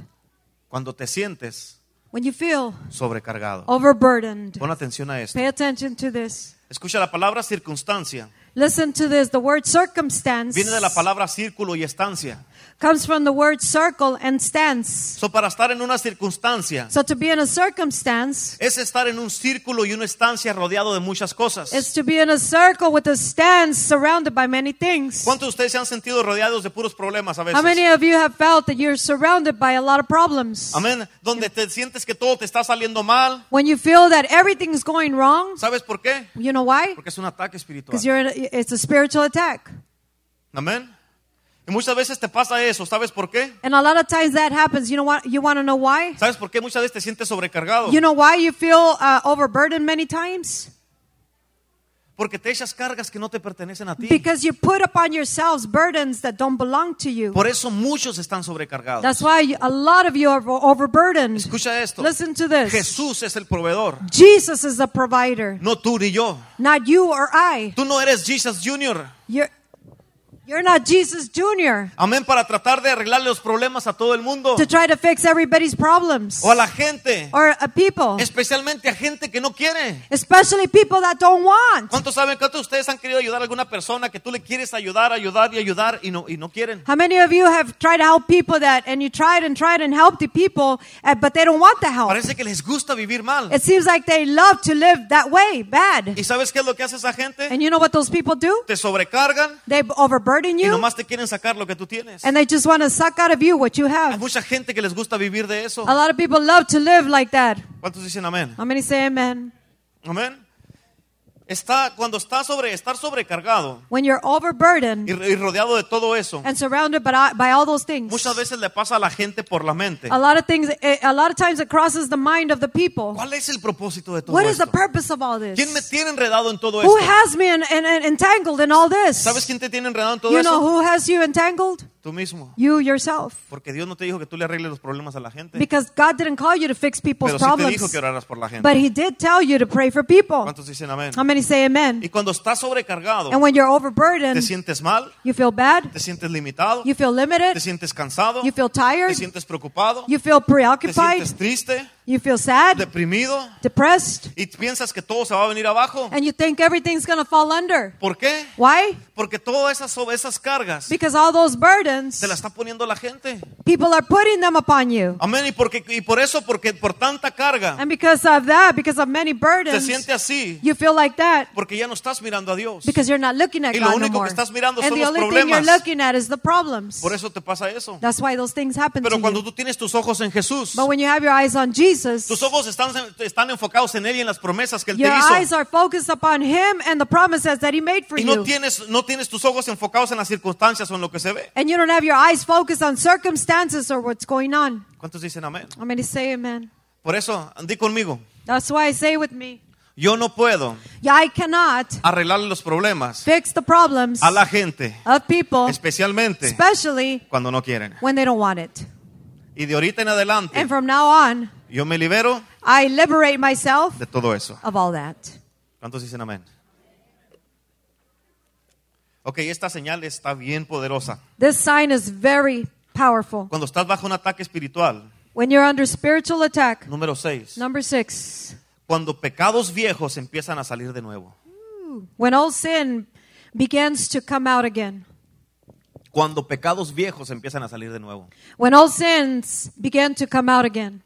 B: Cuando te sientes
A: When you feel Oh.
B: sobrecargado.
A: overburdened.
B: Pon atención a esto.
A: Pay attention to this.
B: Escucha la palabra circunstancia.
A: Listen to this. The word circumstance
B: Viene de la palabra círculo y estancia.
A: comes from the word circle and stance.
B: So, para estar en una circunstancia
A: So to be in a circumstance
B: es estar en un círculo y una estancia rodeado de muchas cosas.
A: is to be in a circle with a stance surrounded by many things.
B: ¿Cuántos de ustedes se han sentido rodeados de puros problemas a
A: How many
B: veces?
A: of you have felt that you're surrounded by a lot of problems?
B: Amén. Donde te sientes que todo te está saliendo mal.
A: When you feel that everything's going wrong,
B: ¿Sabes por qué?
A: you know why?
B: Porque es un ataque espiritual.
A: Because you're in a, it's a spiritual attack.
B: Amén. Y muchas veces te pasa eso. ¿Sabes por qué?
A: And a lot of times that happens. You know what? You want to know why?
B: ¿Sabes por qué muchas veces te sientes sobrecargado?
A: You know why you feel uh, overburdened many times?
B: Porque te echas cargas que no te pertenecen a ti.
A: Because you put upon yourselves burdens that don't belong to you.
B: Por eso muchos están sobrecargados.
A: That's why you- a lot of you are overburdened.
B: Escucha esto.
A: Listen to this.
B: Jesús es el proveedor.
A: Jesus is the provider,
B: No tú ni yo.
A: not you or I.
B: Tú no eres Jesus Junior.
A: You're, you're not Jesus Jr.
B: Amén. Para tratar de arreglarle los problemas a todo el mundo.
A: to try to fix everybody's problems
B: O a la gente.
A: or uh, people,
B: Especialmente a gente que no quiere.
A: especially people that don't want.
B: ¿Cuántos saben? ¿Cuántos de ustedes han querido ayudar a alguna persona que tú le quieres ayudar, ayudar y ayudar y no, y no quieren?
A: How many of you have tried to help people that, and you tried and tried and helped the people, uh, but they don't want the help?
B: Parece que les gusta vivir mal.
A: It seems like they love to live that way, bad.
B: ¿Y sabes qué es lo que hace esa gente?
A: And you know what those people do?
B: Te sobrecargan
A: They overburden
B: y
A: you,
B: nomás te quieren sacar lo que tú tienes.
A: and they just want to suck out of you what you
B: Hay
A: have.
B: mucha gente que les gusta vivir de eso.
A: A lot of people love to live like that.
B: ¿Cuántos dicen amén?
A: How many say amen?
B: Amén. Está, cuando está sobre, estar sobrecargado
A: When you're
B: y,
A: overburdened
B: y rodeado de todo eso,
A: and surrounded by, by all those things,
B: muchas veces le pasa a la gente por la mente.
A: a lot of things, eh, a lot of times it crosses the mind of the people.
B: ¿Cuál es el propósito de todo
A: What is the
B: esto?
A: purpose of all this?
B: ¿Quién me tiene enredado en todo
A: Who
B: esto?
A: has me en, en- en- entangled in all this?
B: ¿Sabes quién te tiene enredado en todo
A: You know
B: eso?
A: who has you entangled?
B: Tú mismo.
A: You yourself.
B: Porque Dios no te dijo que tú le arregles los problemas a la gente,
A: Because God didn't call you to fix people's
B: pero sí te dijo
A: problems.
B: que oraras por la gente.
A: But He did tell you to pray for people.
B: ¿Cuántos dicen amén?
A: How many say amen?
B: Y cuando estás sobrecargado,
A: And when you're
B: te
A: overburdened,
B: sientes mal,
A: you feel bad,
B: te sientes limitado,
A: you feel
B: te
A: limited,
B: sientes cansado,
A: you feel
B: te
A: tired,
B: sientes preocupado,
A: you feel
B: te
A: preoccupied,
B: sientes triste,
A: you feel sad,
B: deprimido
A: depressed,
B: y piensas que todo se va a venir abajo.
A: and you think everything's going to fall under.
B: ¿Por qué?
A: Why?
B: Porque todas esas, so- esas cargas
A: Because all those burdens,
B: se las está poniendo la gente.
A: people are putting them upon you.
B: Amén. Y, porque, y por eso, porque por tanta carga,
A: And because of that, because of many
B: te
A: burdens,
B: siente así.
A: you feel like that
B: Porque ya no estás mirando a Dios.
A: because you're not looking at
B: Y lo
A: God no
B: único que
A: more.
B: estás mirando
A: and
B: son
A: the
B: los
A: only thing you're
B: problemas.
A: looking at is the problems.
B: Por eso te pasa eso.
A: That's why those things happen
B: Pero
A: to
B: cuando
A: you.
B: tú tienes tus ojos en Jesús,
A: But when you have your eyes on Jesus,
B: tus ojos están, están enfocados en Él y en las promesas que Él te
A: your eyes
B: hizo.
A: are focused upon Him and the promises that He made for
B: Y
A: you.
B: no tienes, no tienes tus ojos enfocados en las circunstancias o en lo que se ve.
A: and you don't have your eyes focused on circumstances or what's going on.
B: ¿Cuántos dicen amén?
A: I'm going to say amen.
B: Por eso, di conmigo.
A: That's why I say with me,
B: Yo no puedo
A: yeah, I cannot
B: arreglar los problemas
A: fix the problems
B: a la gente,
A: of people,
B: especialmente
A: especially
B: cuando no quieren.
A: when they don't want it.
B: Y de ahorita en adelante,
A: And from now on,
B: yo me libero
A: I liberate myself
B: de todo eso.
A: of all that.
B: ¿Cuántos dicen amén? Ok, esta señal está bien poderosa.
A: This sign is very powerful.
B: Cuando estás bajo un ataque espiritual,
A: When you're under spiritual attack,
B: número 6,
A: number six,
B: cuando pecados viejos empiezan a salir de nuevo.
A: when old sin begins to come out again,
B: Cuando pecados viejos empiezan a salir de nuevo.
A: when old sins begin to come out again.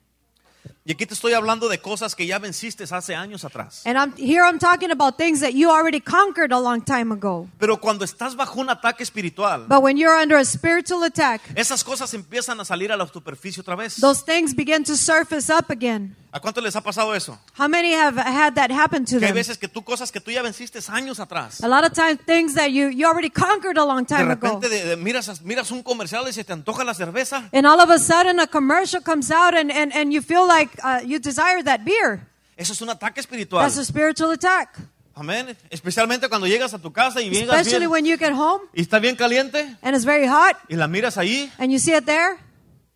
B: Y aquí te estoy hablando de cosas que ya venciste hace años atrás.
A: And I'm, here I'm talking about things that you already conquered a long time ago.
B: Pero cuando estás bajo un ataque espiritual,
A: But when you're under a spiritual attack,
B: esas cosas empiezan a salir a la superficie otra vez.
A: those things begin to surface up again.
B: ¿A cuánto les ha pasado eso?
A: How many have had that happen to
B: Que hay
A: them?
B: veces que tú cosas que tú ya venciste años atrás.
A: A lot of times, things that you, you already conquered a long
B: De
A: time ago.
B: repente de- de- miras, miras un comercial y se te antoja la cerveza.
A: And all of a sudden, a commercial comes out, and, and, and you feel like uh, you desire that beer.
B: Eso es un ataque espiritual.
A: That's a spiritual attack.
B: Amén. Especialmente cuando llegas a tu casa y llegas
A: Especially
B: bien-
A: when you get home
B: y está bien caliente
A: and it's very hot
B: y la miras ahí.
A: and you see it there.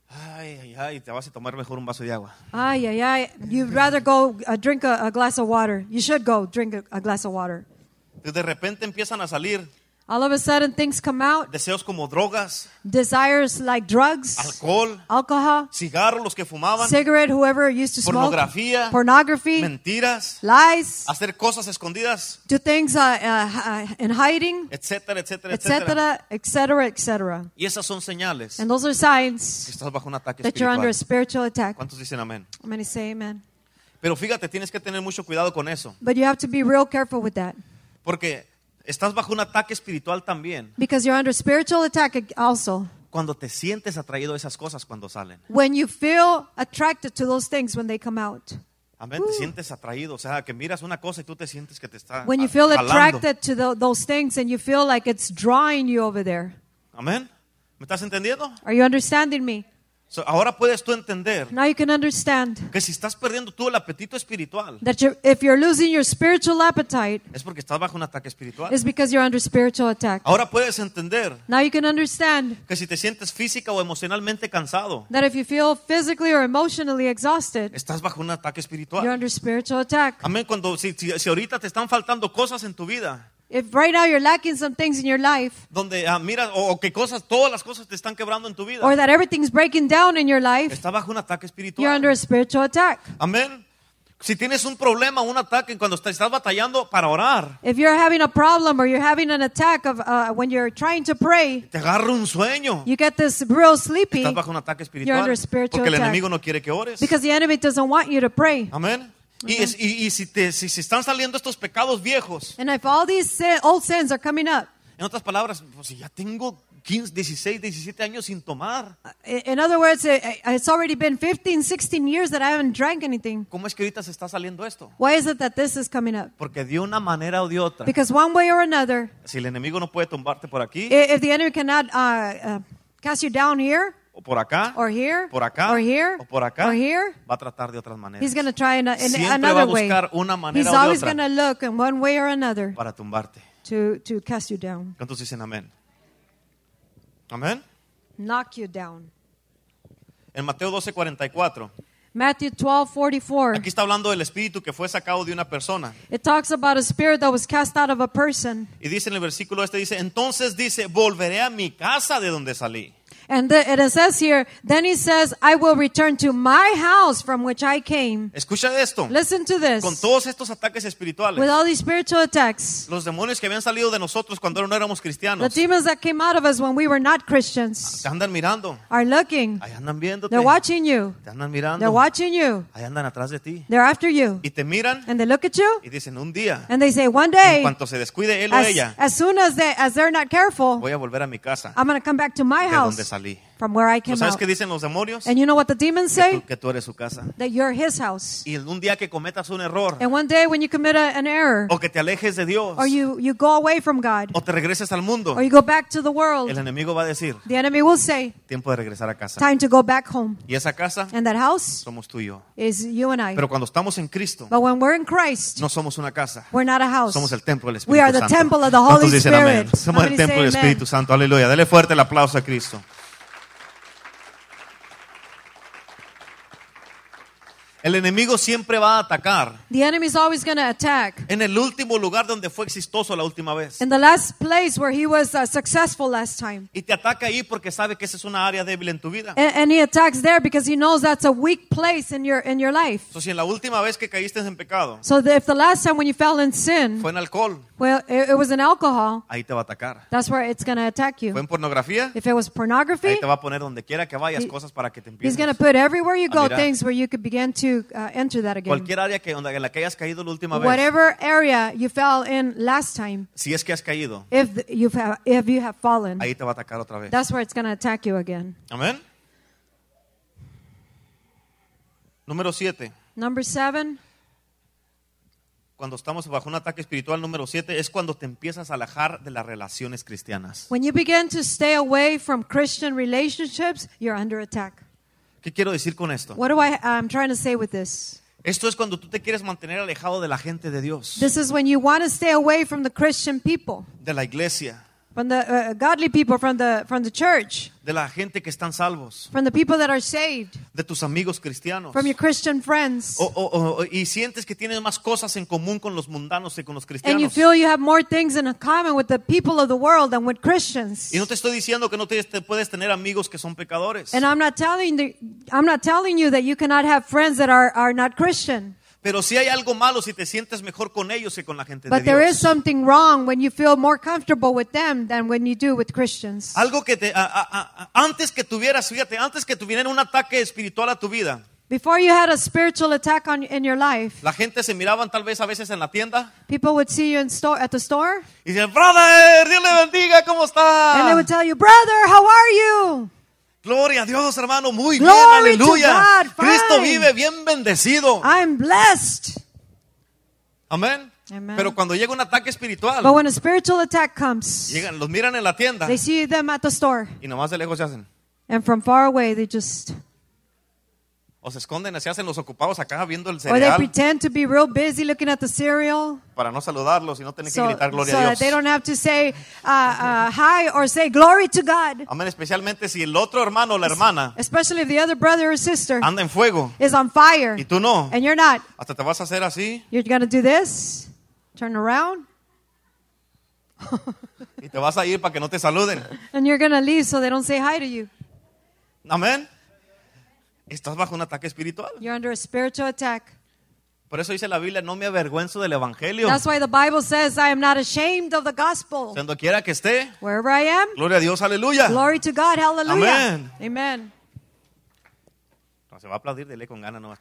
B: Ay, ay, ay, te vas a tomar mejor un vaso de agua.
A: Ay, ay, ay. You'd rather go uh, drink a, a glass of water. You should go drink a, a glass of water.
B: Y De repente empiezan a salir
A: All of a sudden, things come out.
B: deseos como drogas,
A: Desires like drugs,
B: alcohol,
A: alcohol,
B: cigarros, los que fumaban,
A: cigarette, whoever used to smoke,
B: Pornografía.
A: pornography,
B: mentiras,
A: lies,
B: hacer cosas escondidas,
A: do things uh, uh, uh, in hiding,
B: etcétera, etcétera, etcétera.
A: etc., etc., etc.
B: Y esas son señales
A: And those are
B: que
A: signs
B: estás bajo un ataque
A: that you're under a spiritual
B: espiritual.
A: attack.
B: ¿Cuántos dicen amén?
A: I'm going to say amen.
B: Pero fíjate, tienes que tener mucho cuidado con eso,
A: But you have to be real careful with that
B: porque estás bajo un ataque espiritual también
A: because you're under spiritual attack ag- also.
B: cuando te sientes atraído a esas cosas cuando salen.
A: When you feel attracted to those things when they come out,
B: Amén, te sientes atraído, o sea, que miras una cosa y tú te sientes que te está
A: when you
B: ah,
A: feel
B: jalando.
A: attracted to tho- those things and you feel like it's drawing you over there.
B: Amén. ¿Me estás entendiendo?
A: Are you understanding me?
B: So, ahora puedes tú entender
A: Now you can understand
B: que si estás perdiendo tú el apetito espiritual,
A: that you're, if you're losing your spiritual appetite,
B: es porque estás bajo un ataque espiritual.
A: it's because you're under spiritual attack.
B: Ahora puedes entender
A: Now you can understand
B: que si te sientes física o emocionalmente cansado,
A: that if you feel physically or emotionally exhausted,
B: estás bajo un ataque
A: you're
B: espiritual.
A: under spiritual attack.
B: Amén. Cuando si, si- si ahorita te están faltando cosas en tu vida,
A: If right now you're lacking some things in your life,
B: donde ah, mira o, o que cosas, todas las cosas te están quebrando en tu vida,
A: or that everything's breaking down in your life,
B: está bajo un
A: you're
B: ataque espiritual.
A: under a spiritual attack.
B: Amén. Si tienes un problema, un ataque, cuando te estás batallando para orar,
A: If you're having a problem or you're having an attack of uh, when you're trying to pray,
B: te agarra un sueño,
A: you get this real sleepy
B: estás bajo un ataque espiritual,
A: under spiritual
B: porque el
A: attack.
B: enemigo no quiere que ores.
A: because the enemy doesn't want you to pray.
B: Amén. Y, es- y- y si, te, si, si están saliendo estos pecados viejos,
A: And if all these sin, old sins are coming up,
B: en otras palabras, pues si ya tengo 15, 16, 17 años sin tomar,
A: uh, in in other words, it, it's already been 15, 16 years that I haven't drank anything.
B: ¿cómo es que ahorita se está saliendo esto?
A: Why is it that this is coming up?
B: Porque de una manera o de otra,
A: Because one way or another,
B: si el enemigo no puede tumbarte por aquí,
A: i- if the enemy cannot uh, uh, cast you down here
B: o por acá,
A: or here
B: por acá,
A: or here
B: o por acá,
A: or here,
B: va a tratar de otras
A: he's
B: maneras
A: going to try in, a, in
B: Siempre va a
A: another way.
B: buscar una manera
A: He's
B: o de
A: always
B: otra.
A: going to look in one way or another
B: para tumbarte.
A: to, to cast you down,
B: ¿Cuántos dicen amén? Amén.
A: knock you down.
B: En Mateo 12, 44,
A: Matthew 12, 44.
B: aquí está hablando del espíritu que fue sacado de una persona.
A: It talks about a spirit that was cast out of a person.
B: Y dice en el versículo este, dice, entonces dice, volveré a mi casa de donde salí.
A: And the, it says here, then he says, I will return to my house from which I came.
B: Escucha esto.
A: Listen to this.
B: Con todos estos ataques espirituales,
A: With all these spiritual attacks,
B: los demonios que habían salido de nosotros cuando no éramos
A: the
B: cristianos,
A: demons that came out of us when we were not Christians
B: te andan mirando,
A: are looking.
B: ahí andan viéndote,
A: They're watching you.
B: te andan
A: They're
B: mirando,
A: watching you.
B: ahí andan atrás de ti.
A: They're after you.
B: Y te miran
A: And they look at you
B: y dicen, un día,
A: and they say, one
B: en
A: day,
B: cuanto se descuide él o
A: as,
B: ella,
A: as soon as, they, as they're not careful,
B: voy a volver a mi casa
A: I'm going to come back to my
B: de
A: house
B: donde salí.
A: from where I
B: ¿Tú
A: came
B: ¿Sabes
A: out.
B: qué dicen los demonios?
A: And you know what the demons say?
B: Tú- que tú eres su casa.
A: That you're his house.
B: Y un día que cometas un error,
A: And one day when you commit a, an error,
B: o que te alejes de Dios,
A: or you, you go away from God,
B: o te regreses al mundo,
A: or you go back to the world,
B: Oh, el enemigo va a decir,
A: the enemy will say,
B: tiempo de regresar a casa.
A: Time to go back home.
B: Y esa casa
A: And that house
B: somos tú y yo.
A: is you and I.
B: Pero cuando estamos en Cristo,
A: But when we're in Christ,
B: no somos una casa.
A: we're not a house.
B: Somos el templo del Espíritu
A: We are the
B: Santo.
A: temple of the Holy
B: ¿Cuántos dicen amén?
A: Spirit?
B: Somos
A: How
B: el
A: many
B: templo
A: say
B: del
A: amen?
B: Espíritu Santo. Aleluya. Dale fuerte el aplauso a Cristo. El enemigo siempre va a atacar
A: The enemy's always going to attack.
B: en el último lugar donde fue exitoso la última vez.
A: In the last place where he was uh, successful last time.
B: Y te ataca ahí porque sabe que esa es una área débil en tu vida.
A: And, and he attacks there because he knows that's a weak place in your, in your life.
B: So, si en la última vez que caíste en pecado
A: So that if the last time when you fell in sin,
B: fue en alcohol,
A: well, it, it was in alcohol,
B: ahí te va a atacar.
A: that's where it's going to attack
B: Fue
A: you.
B: en pornografía,
A: If it was pornography,
B: ahí te va a poner donde quiera que vayas
A: He-
B: cosas para que te
A: He's
B: empieces.
A: going to put everywhere you
B: a
A: go
B: mirar.
A: things where you could begin to to uh, enter that again.
B: Ah, Cualquier área que, donde- en la que hayas caído la última vez,
A: Whatever area you fell in last time,
B: si es que has caído,
A: if th- you have, if you have fallen,
B: ahí te va a atacar otra vez.
A: that's where it's going to attack you again.
B: Amén. Número 7.
A: Number seven,
B: Cuando estamos bajo un ataque espiritual, número 7, es cuando te empiezas a alejar de las relaciones cristianas.
A: when you begin to stay away from Christian relationships, you're under attack.
B: ¿Qué quiero decir con esto?
A: What do I? I'm trying to say with this.
B: Esto es cuando tú te quieres mantener alejado de la gente de Dios,
A: This is when you want to stay away from the Christian people,
B: de la iglesia,
A: from the uh, godly people, from the from the church,
B: de la gente que están salvos,
A: from the people that are saved,
B: de tus amigos cristianos.
A: from your Christian friends.
B: O- o- o- y sientes que tienes más cosas en común con los mundanos que con los
A: And you
B: cristianos.
A: feel you have more things in common with the people of the world than with Christians.
B: Y no te estoy diciendo que no te, te puedes tener amigos que son pecadores,
A: And I'm not telling the, I'm not telling you that you cannot have friends that are, are not Christian.
B: pero si hay algo malo si te sientes mejor con ellos que con la gente de
A: But there is
B: Dios.
A: something wrong when you feel more comfortable with them than when you do with Christians.
B: Algo que te, a- a- a- antes que tuvieras, fíjate, antes que tuviera un ataque espiritual a tu vida,
A: Before you had a spiritual attack on in your life,
B: la gente se miraban tal vez a veces en la tienda
A: people would see you in store at the store
B: y decían, brother, Dios le bendiga, ¿cómo
A: and they
B: está?
A: would tell you, "Brother, how are you?"
B: Gloria a Dios, hermano, muy bien,
A: Glory to
B: aleluya.
A: God,
B: Cristo
A: fine. Ah.
B: vive bien bendecido.
A: I'm blessed.
B: Amén.
A: Amén.
B: Pero cuando llega un ataque espiritual,
A: But when a spiritual attack comes,
B: Llegan, los miran en la tienda
A: they see them at the store
B: y nomás de lejos se hacen.
A: and from far away they just
B: O se esconden, se hacen los ocupados acá viendo el
A: or they
B: cereal
A: pretend to be real busy looking at the cereal
B: para no saludarlos y no tener que
A: so,
B: gritar gloria
A: so
B: a
A: that they
B: Dios.
A: don't have to say uh, uh, hi or say glory to God,
B: Amén, especialmente si el otro hermano o la hermana
A: especially if the other brother or sister
B: anda en fuego
A: is on fire
B: Ah. y tú no.
A: and you're not.
B: Hasta te vas a hacer así
A: You're gonna do this, turn around,
B: y te vas a ir para que no te saluden.
A: and you're gonna leave so they don't say hi to you.
B: Amén. Estás bajo un ataque espiritual.
A: You're under a spiritual attack.
B: Por eso dice la Biblia, no me avergüenzo del Evangelio.
A: That's why the Bible says, "I am not ashamed of the gospel."
B: Cuando quiera que esté,
A: Wherever I am,
B: gloria a Dios, aleluya.
A: glory to God, hallelujah,
B: Amen.
A: amen.
B: No, se va a aplaudir, dele con ganas nomás.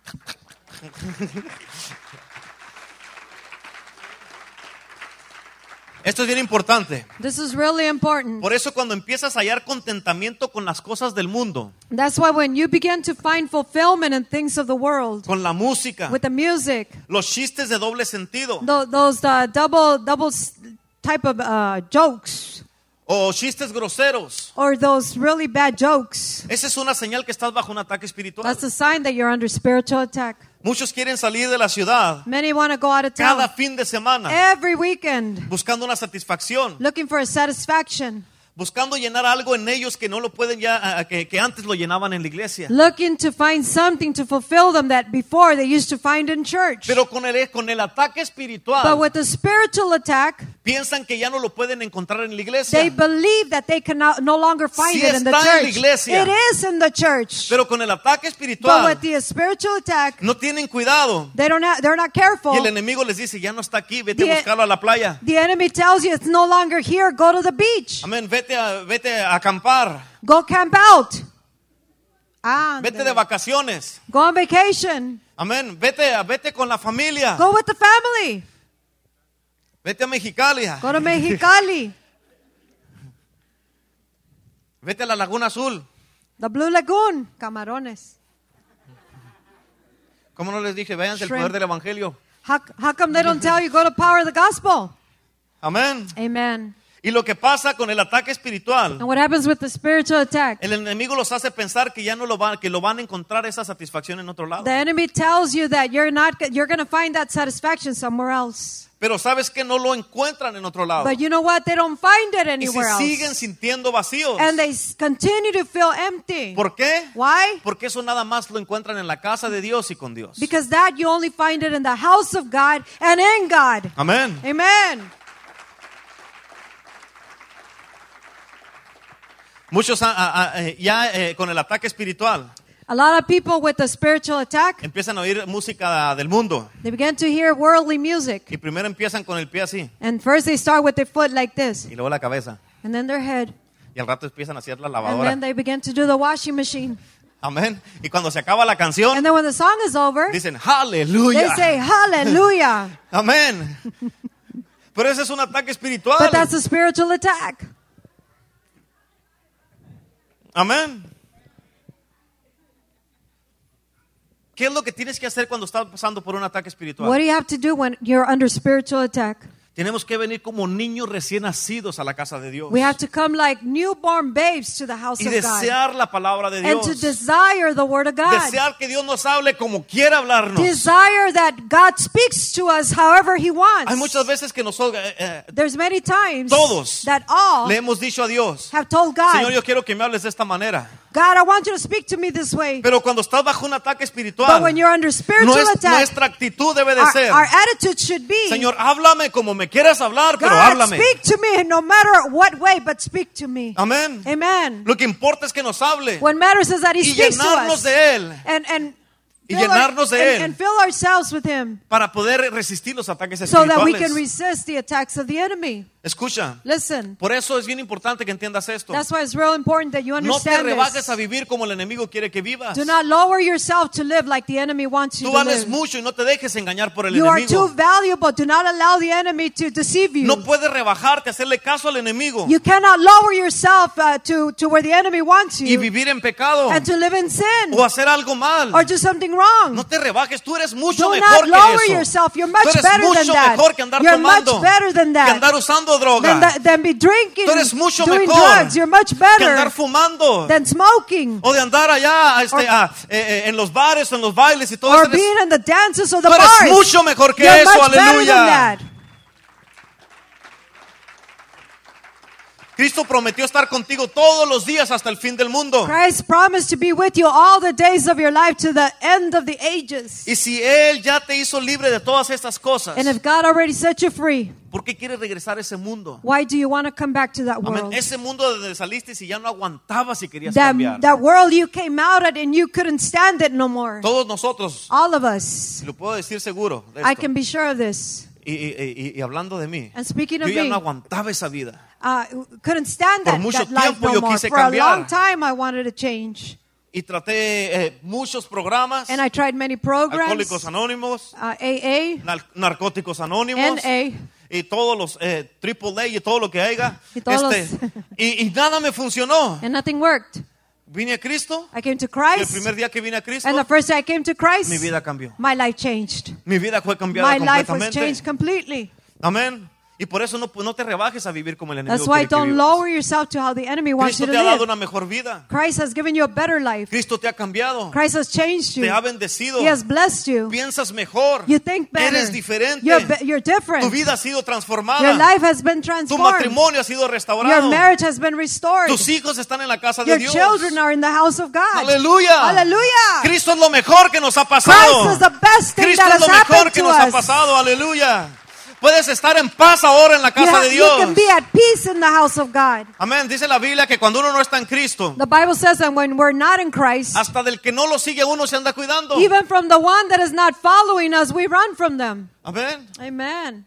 B: Esto es bien importante.
A: This is really important.
B: Por eso cuando empiezas a hallar contentamiento con las cosas del mundo,
A: That's why when you begin to find fulfillment in things of the world,
B: con la música,
A: with the music,
B: los chistes de doble sentido
A: Tho- those uh, double double s- type of uh, jokes
B: o chistes groseros,
A: or those really bad jokes.
B: esa es una señal que estás bajo un ataque espiritual.
A: That's a sign that you're under spiritual attack.
B: Muchos quieren salir de la ciudad
A: Many want to go out of
B: cada
A: town
B: fin de semana
A: every weekend
B: buscando una satisfacción,
A: looking for a satisfaction,
B: buscando llenar algo en ellos que no lo pueden ya, ah, que- que antes lo llenaban en la iglesia.
A: looking to find something to fulfill them that before they used to find in church.
B: Pero con el, con el ataque
A: But
B: espiritual
A: with a spiritual attack,
B: piensan que ya no lo pueden encontrar en la
A: they
B: iglesia.
A: believe that they can no- no longer find
B: Sí
A: it in the
B: está en la
A: church.
B: iglesia.
A: It is in the church.
B: Pero con el ataque
A: But
B: espiritual
A: with the spiritual attack,
B: no tienen cuidado.
A: they don't have, they're not
B: Y
A: careful.
B: el enemigo les dice, ya no está aquí, vete
A: The-
B: a buscarlo a la playa.
A: The enemy tells you it's no longer here. Go to the beach.
B: Amén, vete a, vete a acampar,
A: Go camp out. Ah,
B: vete de vacaciones.
A: go on vacation.
B: Amén, vete, a- vete con la familia,
A: Go with the family.
B: vete a Mexicali,
A: Go to Mexicali,
B: vete a la Laguna Azul.
A: the Blue Lagoon, Camarones.
B: ¿Cómo no les dije? Váyanse al
A: Shrimp.
B: poder del Evangelio.
A: How, how come they don't tell you go to power of the gospel?
B: Amén.
A: Amen.
B: Y lo que pasa con el ataque espiritual,
A: And what happens with the spiritual attack?
B: el enemigo los hace pensar que ya no lo van, que lo van a encontrar esa satisfacción en otro lado.
A: The enemy tells you that you're not you're going to find that satisfaction somewhere else.
B: Pero sabes que no lo encuentran en otro lado.
A: But you know what? They don't find it
B: Y si
A: anywhere
B: siguen
A: else.
B: sintiendo vacíos.
A: And they s- continue to feel empty.
B: ¿Por qué?
A: Why?
B: Porque eso nada más lo encuentran en la casa de Dios y con Dios.
A: Because that you only find it in the house of God and in God.
B: Amén.
A: Amen.
B: Muchos ah, ah, ah, eh, ya eh, con el ataque espiritual
A: A lot of people with a spiritual attack,
B: empiezan a oír música del mundo
A: they begin to hear worldly music.
B: y primero empiezan con el pie así
A: And first they start with their foot like this,
B: y luego la cabeza
A: and then their head,
B: y al rato empiezan a hacer la
A: and
B: lavadora.
A: then they begin to do the washing machine.
B: Amén. Y cuando se acaba la canción,
A: And then when the song is over,
B: dicen,
A: they
B: aleluya.
A: say, Hallelujah.
B: Amén. Pero ese es un ataque
A: But
B: espiritual.
A: that's a spiritual attack.
B: Amén. ¿Qué es lo que tienes que hacer cuando estás pasando por un ataque
A: What
B: espiritual?
A: do you have to do when you're under spiritual attack?
B: Tenemos que venir como niños recién nacidos a la casa de Dios
A: We have to come like newborn babes to the house
B: y
A: of God
B: desear la palabra de
A: and to
B: Dios.
A: desire the Word of God.
B: Desear que Dios nos hable como quiera hablarnos.
A: Desire that God speaks to us however He
B: Hay
A: wants.
B: muchas veces que nosotros eh, eh,
A: There's many times
B: Todos
A: that all
B: le hemos dicho a Dios,
A: Oh. have told
B: Señor,
A: God,
B: yo quiero que me hables de esta manera.
A: God, I want you to speak to me this way.
B: Pero cuando estás bajo un ataque espiritual,
A: But when you're under spiritual
B: nues-
A: attack,
B: nuestra actitud debe de
A: our,
B: ser,
A: our attitude should be,
B: Señor, háblame como me quieras hablar, pero
A: God,
B: háblame.
A: speak to me no matter what way, but speak to me.
B: Amén.
A: Amen.
B: Lo que importa es que nos hable
A: What matters is that He
B: y
A: speaks to
B: llenarnos
A: us.
B: de Él
A: and and
B: Y
A: fill
B: llenarnos de
A: and-
B: él.
A: and fill ourselves with him
B: para poder resistir los ataques
A: so that we can
B: espirituales.
A: resist the attacks of the enemy
B: Escucha,
A: listen
B: por eso es bien importante que entiendas esto.
A: that's why it's real important that you
B: No te
A: understand
B: rebajes
A: this
B: a vivir como el enemigo quiere que vivas.
A: do not lower yourself to live like the enemy wants you
B: Tú
A: to
B: vales
A: live
B: mucho y no te dejes engañar por el
A: you are too
B: enemigo.
A: valuable do not allow the enemy to deceive you
B: No puedes rebajarte, hacerle caso al enemigo
A: you cannot lower yourself uh, to to where the enemy wants
B: y
A: you
B: vivir en pecado
A: and to live in sin
B: o hacer algo mal.
A: or do something wrong
B: No te rebajes, tú eres mucho
A: do not
B: mejor
A: lower
B: que eso.
A: yourself you're
B: Tú
A: much
B: eres
A: better
B: mucho
A: than that
B: mejor que andar
A: you're much
B: tomando,
A: better than
B: que
A: that
B: andar usando droga,
A: than, that, than be drinking,
B: Tú eres mucho
A: doing
B: mejor
A: drugs. You're much
B: que andar
A: better
B: fumando
A: than smoking
B: o de andar allá este,
A: Or-
B: ah, eh, eh, en los bares, en los bailes y todo
A: or
B: eso.
A: being in the dances or the
B: Tú eres
A: bars.
B: mucho mejor que
A: You're
B: eso,
A: much better than
B: aleluya.
A: that.
B: Cristo prometió estar contigo todos los días hasta el fin del mundo.
A: Christ promised to be with you all the days of your life to the end of the ages.
B: Y si Él ya te hizo libre de todas estas cosas,
A: And if God already set you free,
B: ¿por qué quieres regresar a ese mundo?
A: why do you want to come back to that
B: Amén.
A: world?
B: Ese mundo de donde saliste y ya no aguantabas y querías
A: That,
B: cambiar.
A: that world you came out at and you couldn't stand it no more.
B: Todos nosotros,
A: All of us.
B: si lo puedo decir seguro, de
A: I
B: esto,
A: can be sure of this.
B: y, y- y- y hablando de mí,
A: And speaking
B: yo
A: of
B: ya
A: me,
B: no aguantaba esa vida.
A: uh, couldn't stand
B: Por
A: that,
B: mucho
A: that life
B: tiempo
A: no
B: yo
A: more.
B: quise
A: For a long
B: cambiar.
A: time I wanted to change.
B: Y traté eh, muchos programas,
A: And I tried many programs.
B: alcohólicos anónimos,
A: uh, AA,
B: nar- narcóticos anónimos.
A: NA,
B: y todos los eh, triple A y todo lo que haya.
A: Y todos
B: Este,
A: los-
B: y, y nada me funcionó.
A: and nothing worked.
B: Vine a Cristo
A: I came to
B: y el
A: Christ,
B: primer día que vine a Cristo,
A: and the first day I came to Christ,
B: mi vida cambió.
A: my life changed.
B: Mi vida fue cambiada
A: My life was changed
B: completamente.
A: completely.
B: Amén. Y por eso no, no te rebajes a vivir como el enemigo.
A: That's why
B: quiere que
A: don't
B: vivas.
A: lower yourself to how the enemy wants
B: Cristo
A: you to
B: te ha dado
A: live.
B: una mejor vida.
A: Christ has given you a better life.
B: Cristo te ha cambiado.
A: Christ has changed
B: Te
A: you.
B: ha bendecido.
A: He has blessed you.
B: Piensas mejor.
A: You think better.
B: Eres diferente.
A: You're, be- you're different.
B: Tu vida ha sido
A: Your
B: transformada.
A: life has been
B: Tu
A: transformed.
B: matrimonio ha sido
A: Your
B: restaurado.
A: marriage has been restored.
B: Tus hijos están en la casa de
A: Your
B: Dios.
A: children are in the house of God.
B: Aleluya.
A: Hallelujah.
B: Cristo es lo mejor que nos ha
A: Christ
B: pasado.
A: is the best thing
B: Cristo
A: that
B: es
A: has
B: lo mejor
A: happened
B: que
A: to
B: nos ha
A: us.
B: pasado. Aleluya. Puedes estar en paz ahora en la
A: You,
B: casa
A: have-
B: de
A: you can
B: Dios.
A: be at peace in the house of God.
B: Amén. Dice la Biblia que cuando uno no está en Cristo,
A: The Bible says that when we're not in Christ,
B: hasta del que no lo sigue uno se anda cuidando.
A: even from the one that is not following us, we run from them.
B: Amén.
A: Amen.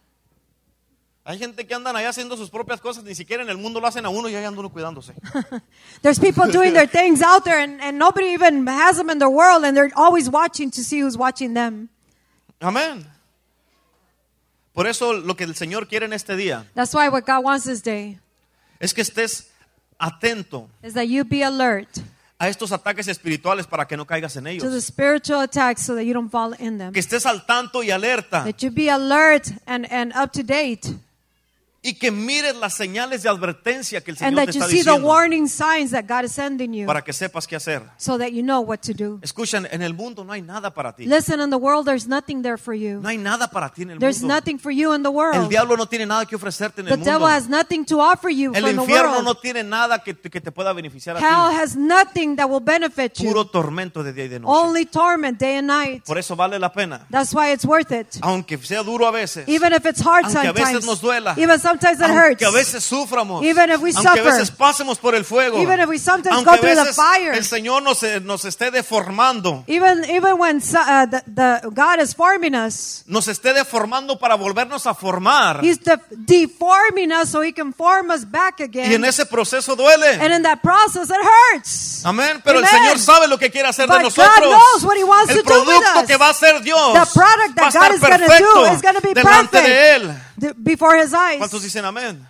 B: Hay gente que andan allá haciendo sus propias cosas, ni siquiera en el mundo lo hacen a uno y ahí anda uno cuidándose.
A: There's people doing their things out there, and, and nobody even has them in the world, and they're always watching to see who's watching them.
B: Amén. Por eso lo que el Señor quiere en este día
A: That's why what God wants this day
B: es que estés atento
A: is that you be alert
B: a estos ataques espirituales para que no caigas en
A: to
B: ellos.
A: the spiritual attacks so that you don't fall in them.
B: Que estés al tanto y alerta.
A: That you be alert and, and up to date,
B: y que mires las señales de advertencia que el
A: and
B: Señor
A: that
B: te
A: you
B: está
A: see the
B: diciendo
A: warning signs that God is sending you
B: para que sepas qué hacer.
A: so that you know what to do.
B: Escuchen, en el mundo no hay nada para ti.
A: Listen, in the world, there's nothing there for you.
B: No hay nada para ti en el
A: There's
B: mundo.
A: nothing for you in the
B: El
A: world.
B: diablo no tiene nada que ofrecerte en
A: The
B: el
A: devil
B: mundo.
A: has nothing to offer you
B: El
A: from the
B: infierno
A: world.
B: no tiene nada que, que te pueda beneficiar
A: Hell
B: a ti.
A: has nothing that will benefit you.
B: Puro tormento de día y de noche.
A: Only torment day and night.
B: Por eso vale la pena.
A: That's why it's worth it.
B: Aunque sea duro a veces.
A: Even if it's hard
B: Aunque a veces
A: sometimes.
B: nos duela.
A: Even sometimes it hurts.
B: Aunque a veces suframos,
A: Even if we
B: aunque a
A: suffer.
B: veces pasemos por el fuego,
A: Even if we sometimes
B: aunque
A: go
B: a
A: through the
B: veces
A: fire.
B: el Señor nos, eh, nos esté deformando,
A: Even even when so- uh, the, the God is forming us,
B: nos esté deformando para volvernos a formar.
A: He's de- deforming us so He can form us back again.
B: Y en ese proceso duele.
A: and in that process, it hurts.
B: Amén. Pero el
A: Amen.
B: Señor sabe lo que quiere hacer de
A: But
B: nosotros.
A: God knows what He wants to
B: el
A: do with
B: producto
A: us.
B: que va a hacer Dios
A: The product that
B: va a estar
A: God is gonna do
B: perfecto
A: is gonna be
B: delante de
A: perfect.
B: Él.
A: The- before His eyes.
B: ¿Cuántos dicen amén?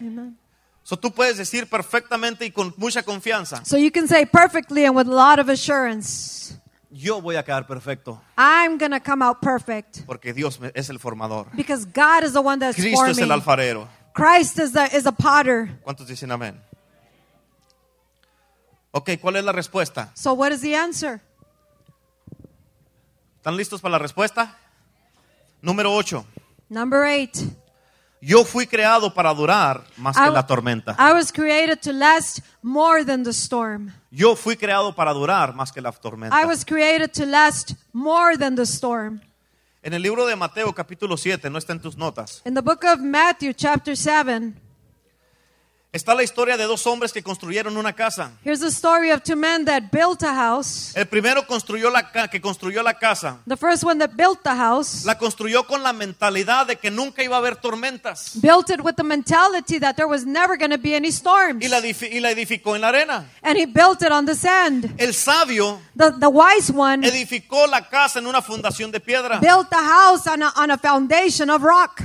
A: Amen.
B: So, tú puedes decir perfectamente y con mucha confianza,
A: So you can say perfectly and with a lot of assurance,
B: yo voy a quedar perfecto
A: I'm gonna come out perfect
B: porque Dios me- es el formador.
A: because God is the one that's
B: Cristo es
A: forming.
B: el alfarero.
A: Christ is the is a potter.
B: ¿Cuántos dicen amén? Ok, ¿cuál es la respuesta?
A: So what is the answer?
B: ¿Están listos para la respuesta? Número 8.
A: Number eight.
B: Yo fui creado para durar más que
A: I-
B: la tormenta.
A: I was created to last more than the storm.
B: Yo fui creado para durar más que la tormenta.
A: I was created to last more than the storm.
B: En el libro de Mateo capítulo 7, no está en tus notas,
A: In the book of Matthew, chapter 7,
B: está la historia de dos hombres que construyeron una casa.
A: here's a story of two men that built a house.
B: El primero construyó la ca- que construyó la casa,
A: The first one that built the house
B: la construyó con la mentalidad de que nunca iba a haber tormentas
A: built it with the mentality that there was never going to be any storms.
B: y la, edifi- y la edificó en la arena.
A: And he built it on the sand.
B: El sabio
A: The, the wise one
B: edificó la casa en una fundación de piedra
A: built the house on a, on a foundation of rock.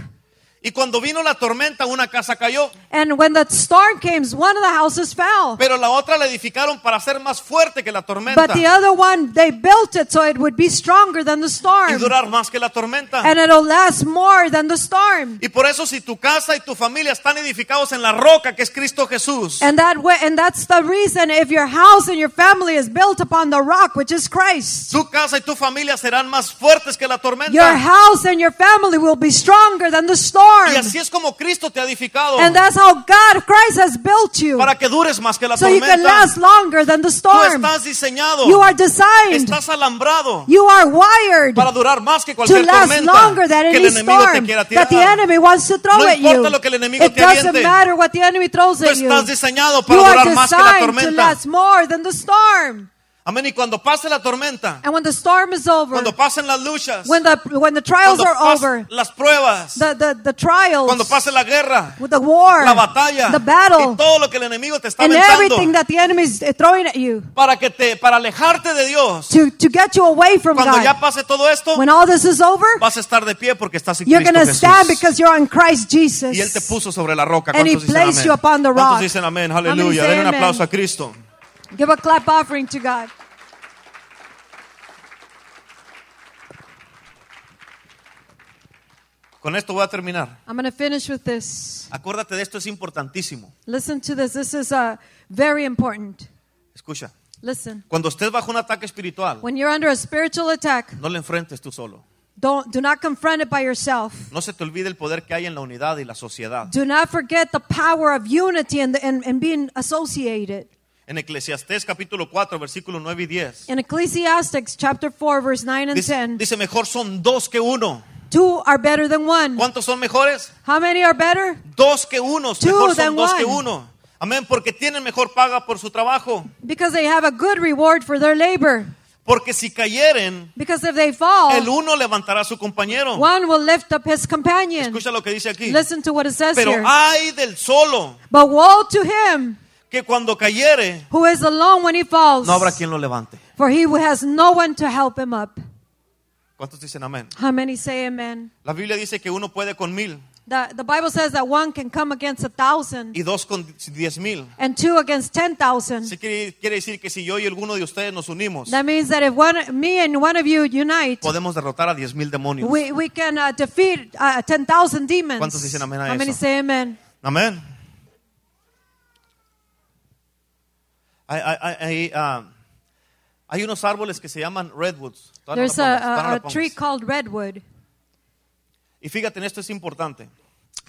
B: y cuando vino la tormenta una casa cayó,
A: And when the storm came, one of the houses fell.
B: pero la otra la edificaron para ser más fuerte que la tormenta
A: But the other one, they built it so it would be stronger than the
B: y
A: storm.
B: durar más que la tormenta.
A: And it'll last more than the storm.
B: Y por eso si tu casa y tu familia están edificados en la roca que es Cristo Jesús,
A: And that way, and that's the reason if your house and your family is built upon the rock, which is Christ,
B: su casa y tu familia serán más fuertes que la
A: your
B: tormenta.
A: house and your family will be stronger than the storm.
B: Y así es como Cristo te ha edificado
A: And that's how God, Christ has built you.
B: para que dures más que la
A: So you can
B: tormenta.
A: last longer than the
B: Tú
A: storm.
B: estás diseñado,
A: You are designed.
B: estás alambrado
A: You are wired
B: para durar más que
A: to
B: cualquier
A: last
B: tormenta
A: longer than any
B: que el enemigo te
A: storm
B: quiera
A: that the
B: tirar.
A: enemy wants to throw
B: No
A: at you.
B: importa lo que el enemigo
A: It
B: te
A: doesn't
B: aviente.
A: matter what the enemy throws
B: Tú
A: at you.
B: estás diseñado
A: You
B: para
A: are
B: durar más que la
A: designed to
B: tormenta.
A: last more than the storm.
B: Amén. Y cuando pase la tormenta,
A: And when the storm is over,
B: cuando pasen las luchas,
A: when the when the trials
B: cuando
A: are
B: pasen
A: over,
B: las pruebas,
A: the the, the trials,
B: cuando pase la guerra,
A: with the war,
B: la batalla
A: the
B: y
A: battle,
B: todo lo que el enemigo te está
A: and everything
B: aventando
A: that the enemy is eh, throwing at you
B: para que te para alejarte de Dios.
A: to to get you away from
B: Cuando
A: God.
B: ya pase todo esto,
A: when all this is over,
B: vas a estar de pie porque estás en
A: you're going
B: Cristo
A: to stand
B: Jesús.
A: because you're on Christ Jesus.
B: Y él te puso sobre la roca.
A: And he
B: ¿Cuántos dicen
A: placed
B: amén?
A: you upon the
B: ¿Cuántos
A: rock?
B: dicen amén?
A: How many
B: Aleluya.
A: say
B: Den un
A: amen?
B: aplauso a Cristo.
A: Give a clap offering to God.
B: Con esto voy a terminar.
A: I'm going to finish with this.
B: Acuérdate de esto es importantísimo.
A: Listen to this. This is uh, very important.
B: Escucha.
A: Listen.
B: Cuando estés bajo un ataque espiritual,
A: When you're under a spiritual attack,
B: no le enfrentes tú solo.
A: don't do not confront it by yourself.
B: No se te olvide el poder que hay en la unidad y la sociedad.
A: Do not forget the power of unity and, the, and, and being associated.
B: En Eclesiastés capítulo 4, versículo 9 y 10.
A: In Ecclesiastics chapter 4 verse 9 and
B: Dice,
A: 10,
B: dice, mejor son dos que uno.
A: two are better than one.
B: ¿Cuántos son mejores?
A: How many are better?
B: Dos que uno.
A: Two
B: Mejor
A: than
B: son dos que
A: one.
B: uno. Amén, porque tienen mejor paga por su trabajo.
A: Because they have a good reward for their labor.
B: Porque si cayeren,
A: Because if they fall,
B: el uno levantará a su compañero.
A: one will lift up his companion.
B: Escucha lo que dice aquí.
A: Listen to what it says
B: Pero
A: here.
B: hay del solo
A: But woe to him
B: que cuando cayere,
A: who is alone when he falls,
B: no habrá quien lo levante.
A: for he has no one to help him up.
B: ¿Cuántos dicen amén?
A: How many say amen?
B: La Biblia dice que uno puede con mil
A: The, the Bible says that one can come against a thousand
B: y dos con diez mil.
A: and two against ten thousand.
B: Así que quiere decir que si yo y alguno de ustedes nos unimos,
A: That means that if one, me and one of you unite,
B: podemos derrotar a diez mil demonios.
A: we, we can uh, defeat uh, 10,000 demons.
B: ¿Cuántos dicen amén a
A: How many
B: eso?
A: say amen?
B: Amén. Hay, hay- hay- hay, ah, hay unos árboles que se llaman redwoods. Todavía no
A: There's
B: la
A: a,
B: pongas, todavía no
A: a,
B: la
A: a tree
B: pongas.
A: called redwood.
B: Y fíjate, en esto es importante.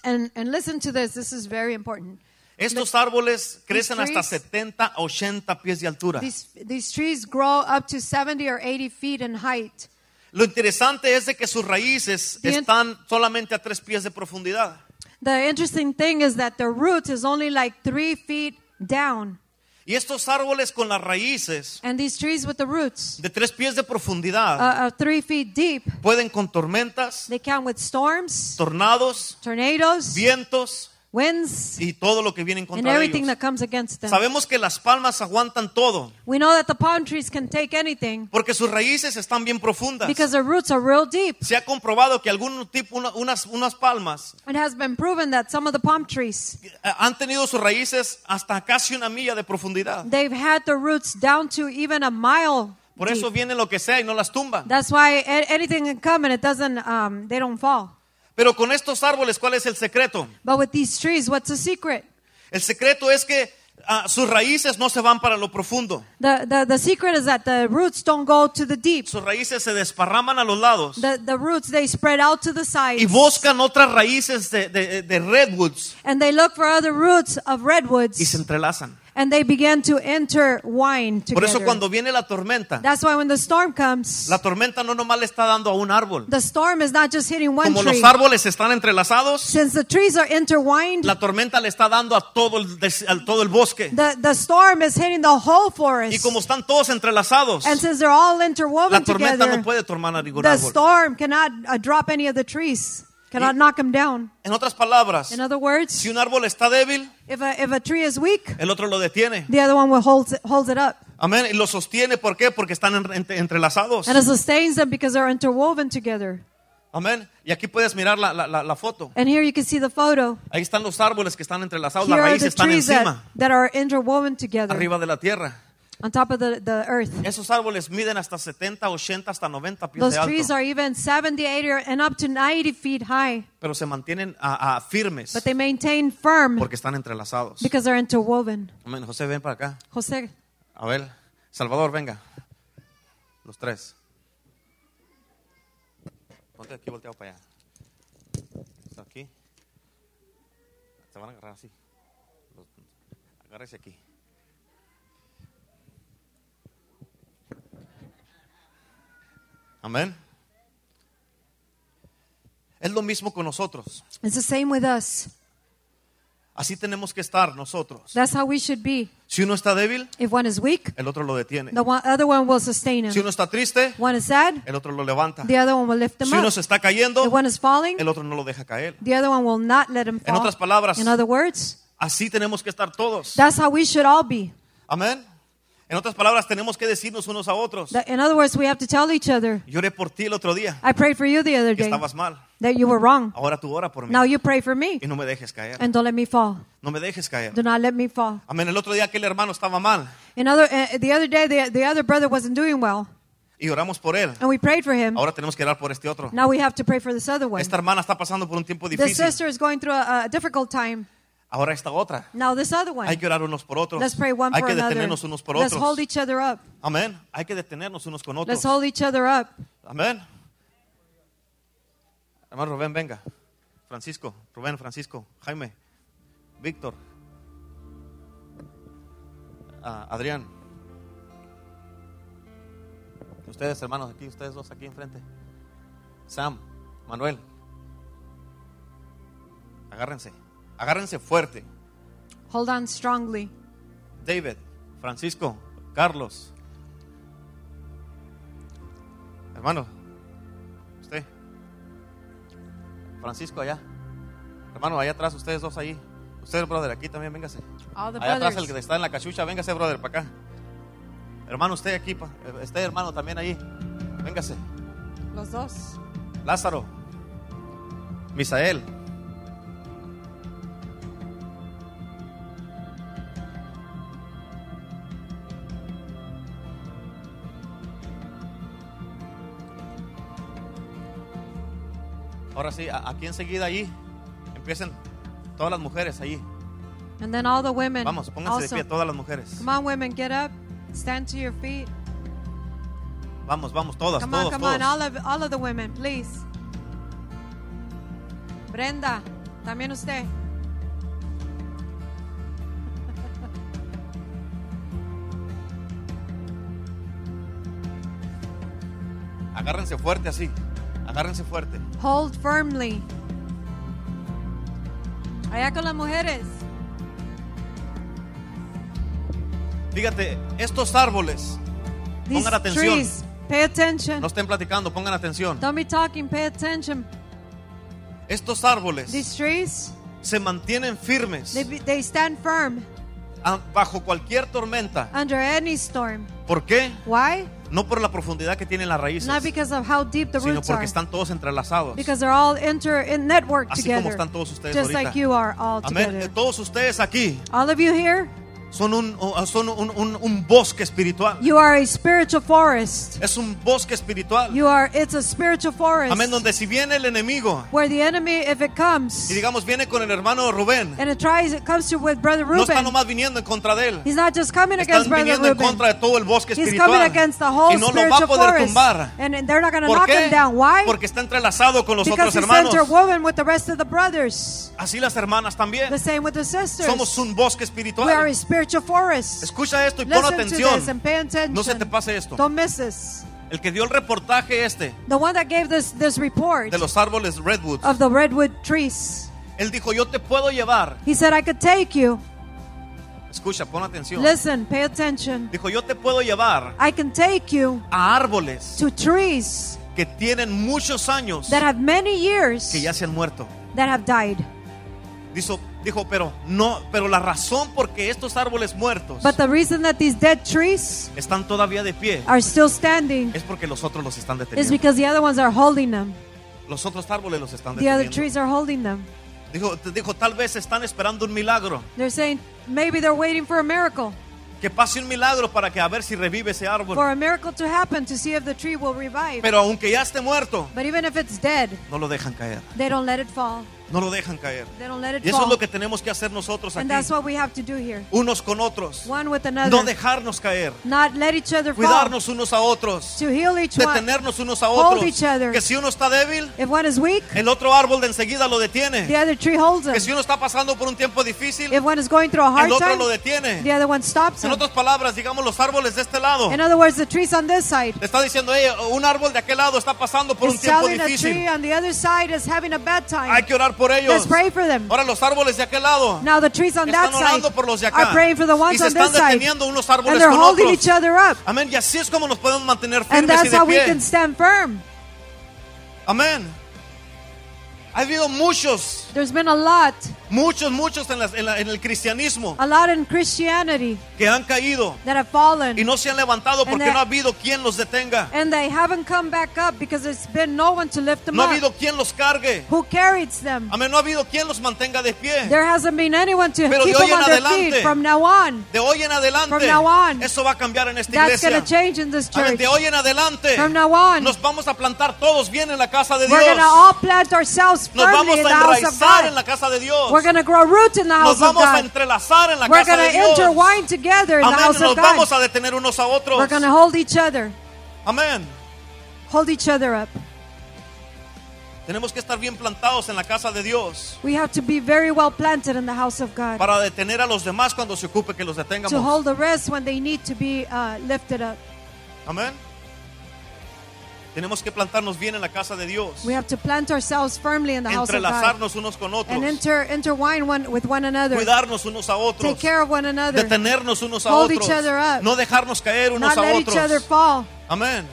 A: And, and listen to this, this is very important.
B: Estos árboles crecen hasta
A: trees-
B: 70 a 80 pies de altura.
A: These, these trees grow up to 70 or 80 feet in height.
B: Lo interesante es de que sus raíces
A: The in-
B: están solamente a 3 pies de profundidad.
A: The interesting thing is that the root is only like three feet down.
B: Y estos árboles con las raíces
A: And these trees with the roots
B: de tres pies de
A: uh,
B: profundidad
A: are three feet deep.
B: pueden con tormentas,
A: They count with storms,
B: tornados,
A: tornadoes,
B: vientos
A: winds,
B: y todo lo que viene en
A: and
B: contra de
A: everything
B: ellos.
A: that comes against them.
B: Sabemos que las palmas aguantan todo
A: We know that the palm trees can take anything
B: porque sus raíces están bien profundas.
A: because their roots are real deep.
B: Se ha comprobado que algún tipo, una- unas, unas palmas
A: It has been proven that some of the palm trees
B: eh, han tenido sus raíces hasta casi una milla de profundidad.
A: They've had the roots down to even a mile.
B: Por eso
A: deep.
B: viene lo que sea y no las tumban.
A: That's why a- anything can come and it doesn't, um, they don't fall.
B: Pero con estos árboles, ¿cuál es el secreto?
A: But with these trees, what's the secret?
B: El secreto es que ah, sus raíces no se van para lo profundo.
A: The, the, the secret is that the roots don't go to the deep.
B: Sus raíces se desparraman a los lados
A: The, the roots, they spread out to the
B: y
A: sides.
B: buscan otras raíces de, de- de redwoods
A: And they look for other roots of
B: y se
A: redwoods.
B: entrelazan.
A: And they begin to interwine
B: Por eso
A: together.
B: cuando viene la tormenta,
A: That's why when the storm comes,
B: la tormenta no nomás le está dando a un árbol.
A: the storm is not just hitting one
B: Como los
A: tree.
B: árboles están entrelazados,
A: Since the trees are intertwined,
B: la tormenta le está dando a todo el, des- a todo el bosque.
A: the, the storm is hitting the whole forest.
B: Y como están todos entrelazados,
A: And since they're all
B: la
A: interwoven
B: tormenta
A: together,
B: no puede tormar a ningún
A: the
B: árbol.
A: storm cannot uh, drop any of the trees, cannot knock them down.
B: En otras palabras,
A: In other words,
B: si un árbol está débil,
A: if a, if a tree is weak,
B: el otro lo detiene.
A: the other one will holds it, holds it up.
B: Amén. Y lo sostiene, ¿por qué? Porque están en- entre- entrelazados.
A: And it sustains them because they're interwoven together.
B: Amén. Y aquí puedes mirar la, la- la- la foto.
A: And here you can see the photo.
B: Ahí están los árboles que están entrelazados,
A: Here
B: las
A: are
B: raíces
A: the
B: Oh, están
A: trees that,
B: encima,
A: that are interwoven together
B: arriba de la tierra.
A: on top of the, the earth.
B: Esos árboles miden hasta 70, 80, hasta 90 pies
A: Those
B: de
A: trees
B: alto,
A: are even 70, 80, or- and up to 90 feet high,
B: pero se mantienen ah, ah, firmes
A: but they maintain firm
B: porque están entrelazados.
A: because they're interwoven.
B: Amén. José, ven para acá.
A: Jose,
B: A ver, Salvador, venga. Los tres. Ponte aquí volteado para allá. Está aquí. Se van a agarrar así. Los- agárrese aquí. Amén. Es lo mismo con nosotros.
A: it's the same with us.
B: Así tenemos que estar nosotros.
A: That's how we should be.
B: Si uno está débil,
A: If one is weak,
B: el otro lo detiene.
A: the one, other one will sustain
B: Si
A: him.
B: uno está triste,
A: One is sad,
B: el otro lo levanta.
A: the other one will lift him
B: Si uno
A: up.
B: se está cayendo,
A: If one is falling,
B: el otro no lo deja caer.
A: the other one will not let him
B: En
A: fall.
B: otras palabras,
A: In other words,
B: así tenemos que estar todos.
A: that's how we should all be.
B: Amén. En otras palabras, tenemos que decirnos unos a otros.
A: That- In other words, we have to tell each other,
B: Lloré por ti el otro día,
A: I prayed for you the other
B: que
A: day
B: estabas mal.
A: that you were wrong.
B: Ahora tú ora por mí
A: Now you pray for me
B: y no me dejes caer.
A: and don't let me fall.
B: No me dejes caer.
A: Do not let me fall.
B: Amén. El otro día aquel hermano estaba mal
A: In other, uh, the other day, the, the other brother wasn't doing well,
B: y oramos por él.
A: and we prayed for him.
B: Ahora tenemos que orar por este otro.
A: Now we have to pray for this other one.
B: Esta hermana está pasando por un tiempo
A: This
B: difícil.
A: sister is going through a, a difficult time.
B: Ahora esta otra.
A: Now this other
B: Hay
A: one.
B: que orar unos por otros.
A: Let's pray one
B: Hay
A: for
B: que
A: another.
B: detenernos unos por
A: Let's hold
B: otros.
A: each other up.
B: Amén. Hay que detenernos unos con otros.
A: Let's hold each other up.
B: Amén. Hermano Rubén, venga. Francisco, Rubén, Francisco, Jaime, Víctor, Ah, Adrián. Ustedes, hermanos, aquí, ustedes dos aquí enfrente. Sam, Manuel. Agárrense, agárrense fuerte.
A: Hold on strongly.
B: David, Francisco, Carlos. Hermano, usted. Francisco allá. Hermano, allá atrás, ustedes dos ahí. Usted, brother, aquí también, véngase.
A: All the
B: Allá atrás el
A: brothers.
B: que está en la cachucha, véngase, brother, para acá. Hermano, usted aquí, pa- eh, usted, hermano, también ahí. Véngase.
A: Los dos.
B: Lázaro, Misael. Ahora sí, a- aquí enseguida allí empiecen todas las mujeres allí.
A: And then all the women.
B: Vamos, pónganse
A: also.
B: de pie todas las mujeres.
A: Come on, women, get up. Stand to your feet.
B: Vamos, vamos, todas,
A: Come
B: todos,
A: on, come
B: todos.
A: on. All of, all of the women, please. Brenda, también usted.
B: Agárrense fuerte así. Agárrense fuerte.
A: Hold firmly. Allá con las mujeres.
B: Fíjate, estos árboles,
A: These
B: pongan atención.
A: trees. Pay attention.
B: No estén platicando, pongan atención.
A: Don't be talking. Pay attention.
B: Estos árboles
A: These trees,
B: se mantienen firmes
A: they, be- they stand firm
B: a- bajo cualquier tormenta.
A: under any storm.
B: ¿Por qué?
A: Why?
B: No por la profundidad que tienen las raíces,
A: Not because of how deep the
B: sino
A: roots
B: porque
A: are,
B: están todos entrelazados.
A: because they're all inter in network
B: Así como
A: together,
B: están todos ustedes
A: just
B: ahorita.
A: like you are all
B: Amén. Eh,
A: together.
B: Todos ustedes aquí
A: All of you here,
B: son un, o- son un, un- un bosque espiritual.
A: you are a spiritual forest.
B: Es un bosque espiritual.
A: You are. It's a spiritual forest
B: Amén. Donde si viene el enemigo
A: where the enemy, if it comes
B: y digamos viene con el hermano Rubén,
A: and it tries, it comes to with brother
B: no está
A: Reuben.
B: nomás viniendo en contra de él.
A: He's not just coming
B: Están
A: against brother
B: viniendo en
A: Reuben.
B: contra de todo el bosque
A: He's coming
B: espiritual
A: against the whole
B: y no lo va a
A: spiritual
B: poder
A: forest,
B: tumbar.
A: and they're not going to
B: ¿Por
A: knock him
B: qué?
A: down. Why?
B: Porque está entrelazado con los
A: because
B: otros
A: he's center
B: hermanos.
A: woven with the rest of the brothers.
B: Así las hermanas
A: The
B: también.
A: same with the sisters.
B: Somos un
A: we are
B: bosque espiritual.
A: a spiritual forest.
B: Escucha esto y pon
A: Listen to this
B: atención.
A: and pay attention.
B: No se te pase esto.
A: Don't miss this.
B: El que dio el reportaje este
A: The one that gave this this report
B: de los árboles redwoods,
A: of the redwood trees.
B: él dijo, yo te puedo llevar.
A: He said, "I could take you.
B: Escucha, pon atención.
A: Listen, pay attention.
B: Dijo, yo te puedo llevar
A: I can take you
B: a árboles
A: to trees
B: que tienen muchos años
A: that have many years
B: que ya se han muerto.
A: that have died."
B: Dijo, dijo, pero no, pero la razón por que estos árboles muertos
A: But the reason that these dead trees
B: están todavía de pie
A: are still standing
B: es porque los otros los están
A: is
B: deteniendo.
A: because the other ones are holding them.
B: Los otros árboles los están
A: The other
B: deteniendo.
A: trees are holding them.
B: Dijo, te dijo, tal vez están esperando un milagro.
A: They're saying maybe they're waiting for a miracle,
B: Que pase un milagro para que a ver si revive ese árbol.
A: for a miracle to happen to see if the tree will revive.
B: Pero aunque ya esté muerto,
A: But even if it's dead,
B: no lo dejan caer.
A: they don't let it fall.
B: No lo dejan caer.
A: They don't let it
B: Y eso es
A: fall.
B: lo que tenemos que hacer nosotros
A: And
B: aquí,
A: that's what we have to do here.
B: unos con otros.
A: One with
B: No
A: another.
B: dejarnos caer.
A: Not let each other fall.
B: Cuidarnos unos a otros.
A: To heal each one.
B: Detenernos unos a
A: Hold
B: otros.
A: each other.
B: Que si uno está débil,
A: If one is weak,
B: el otro árbol de enseguida lo
A: the
B: detiene.
A: other tree holds him.
B: Que si uno está pasando por un tiempo difícil,
A: If one is going through a hard
B: el otro lo
A: time, the
B: detiene.
A: other one stops
B: En
A: him.
B: otras palabras, digamos los árboles de este lado.
A: In other words, the trees on this side
B: Le está diciendo, "Hey, un árbol de aquel lado está pasando por un
A: is
B: tiempo
A: telling a tree
B: difícil.
A: on the other side is having a bad
B: Hay
A: time.
B: que orar por ellos.
A: Let's pray for them.
B: Ahora los árboles de aquel lado
A: Now the trees on that
B: están orando
A: side
B: por los de acá.
A: are praying for the
B: Y
A: ones
B: se
A: on
B: están
A: this side.
B: deteniendo unos
A: And
B: árboles
A: they're
B: con
A: holding each
B: otros.
A: other up.
B: Amén. Y así es como nos podemos mantener
A: And
B: firmes y
A: that's
B: de
A: how we
B: pie.
A: can stand firm.
B: Amén. Ha habido muchos,
A: There's been a lot,
B: muchos, muchos en, las- en la- en el cristianismo
A: a lot in Christianity
B: que han caído
A: that have
B: y
A: fallen.
B: no se han levantado porque
A: that-
B: no ha habido quien los detenga.
A: And they haven't come back up because there's been no one to lift them
B: No ha
A: up.
B: habido quien los cargue.
A: Who carries them?
B: Amén. No ha habido quien los mantenga de pie.
A: There hasn't been anyone to
B: Pero de
A: keep
B: hoy
A: them on
B: en
A: their
B: adelante,
A: feet from now on.
B: De hoy en adelante,
A: From now on,
B: eso va a cambiar en esta
A: That's going
B: iglesia.
A: to change in this
B: Amén.
A: church.
B: De hoy en adelante,
A: From now on,
B: nos vamos a plantar todos bien en la casa de
A: we're going to
B: Dios.
A: all plant ourselves
B: Nos
A: firmly
B: vamos
A: in
B: a
A: the house of
B: enraizar en
A: God.
B: la casa de Dios.
A: We're going to grow root in the
B: Nos
A: house of
B: vamos a
A: God.
B: entrelazar en la
A: We're
B: casa de
A: going to
B: Dios.
A: intertwine together in the
B: Amén.
A: house
B: Nos
A: of
B: vamos
A: God.
B: a detener unos a otros.
A: We're going to hold each other,
B: Amén.
A: hold each other up.
B: Tenemos que estar bien plantados en la casa de Dios
A: We have to be very well planted in the house of God
B: para detener a los demás cuando se ocupe que los
A: to
B: detengamos.
A: hold the rest when they need to be uh, lifted up.
B: Amén. Tenemos que plantarnos bien en la casa de Dios.
A: We have to plant ourselves firmly in the house of God
B: Entrelazarnos unos con
A: and
B: otros.
A: inter intertwine one with one another,
B: Cuidarnos unos a otros.
A: take care of one another,
B: Detenernos unos a
A: Hold each
B: otros.
A: other up.
B: No dejarnos caer unos
A: not
B: a
A: let each other
B: otros.
A: fall.
B: Amén.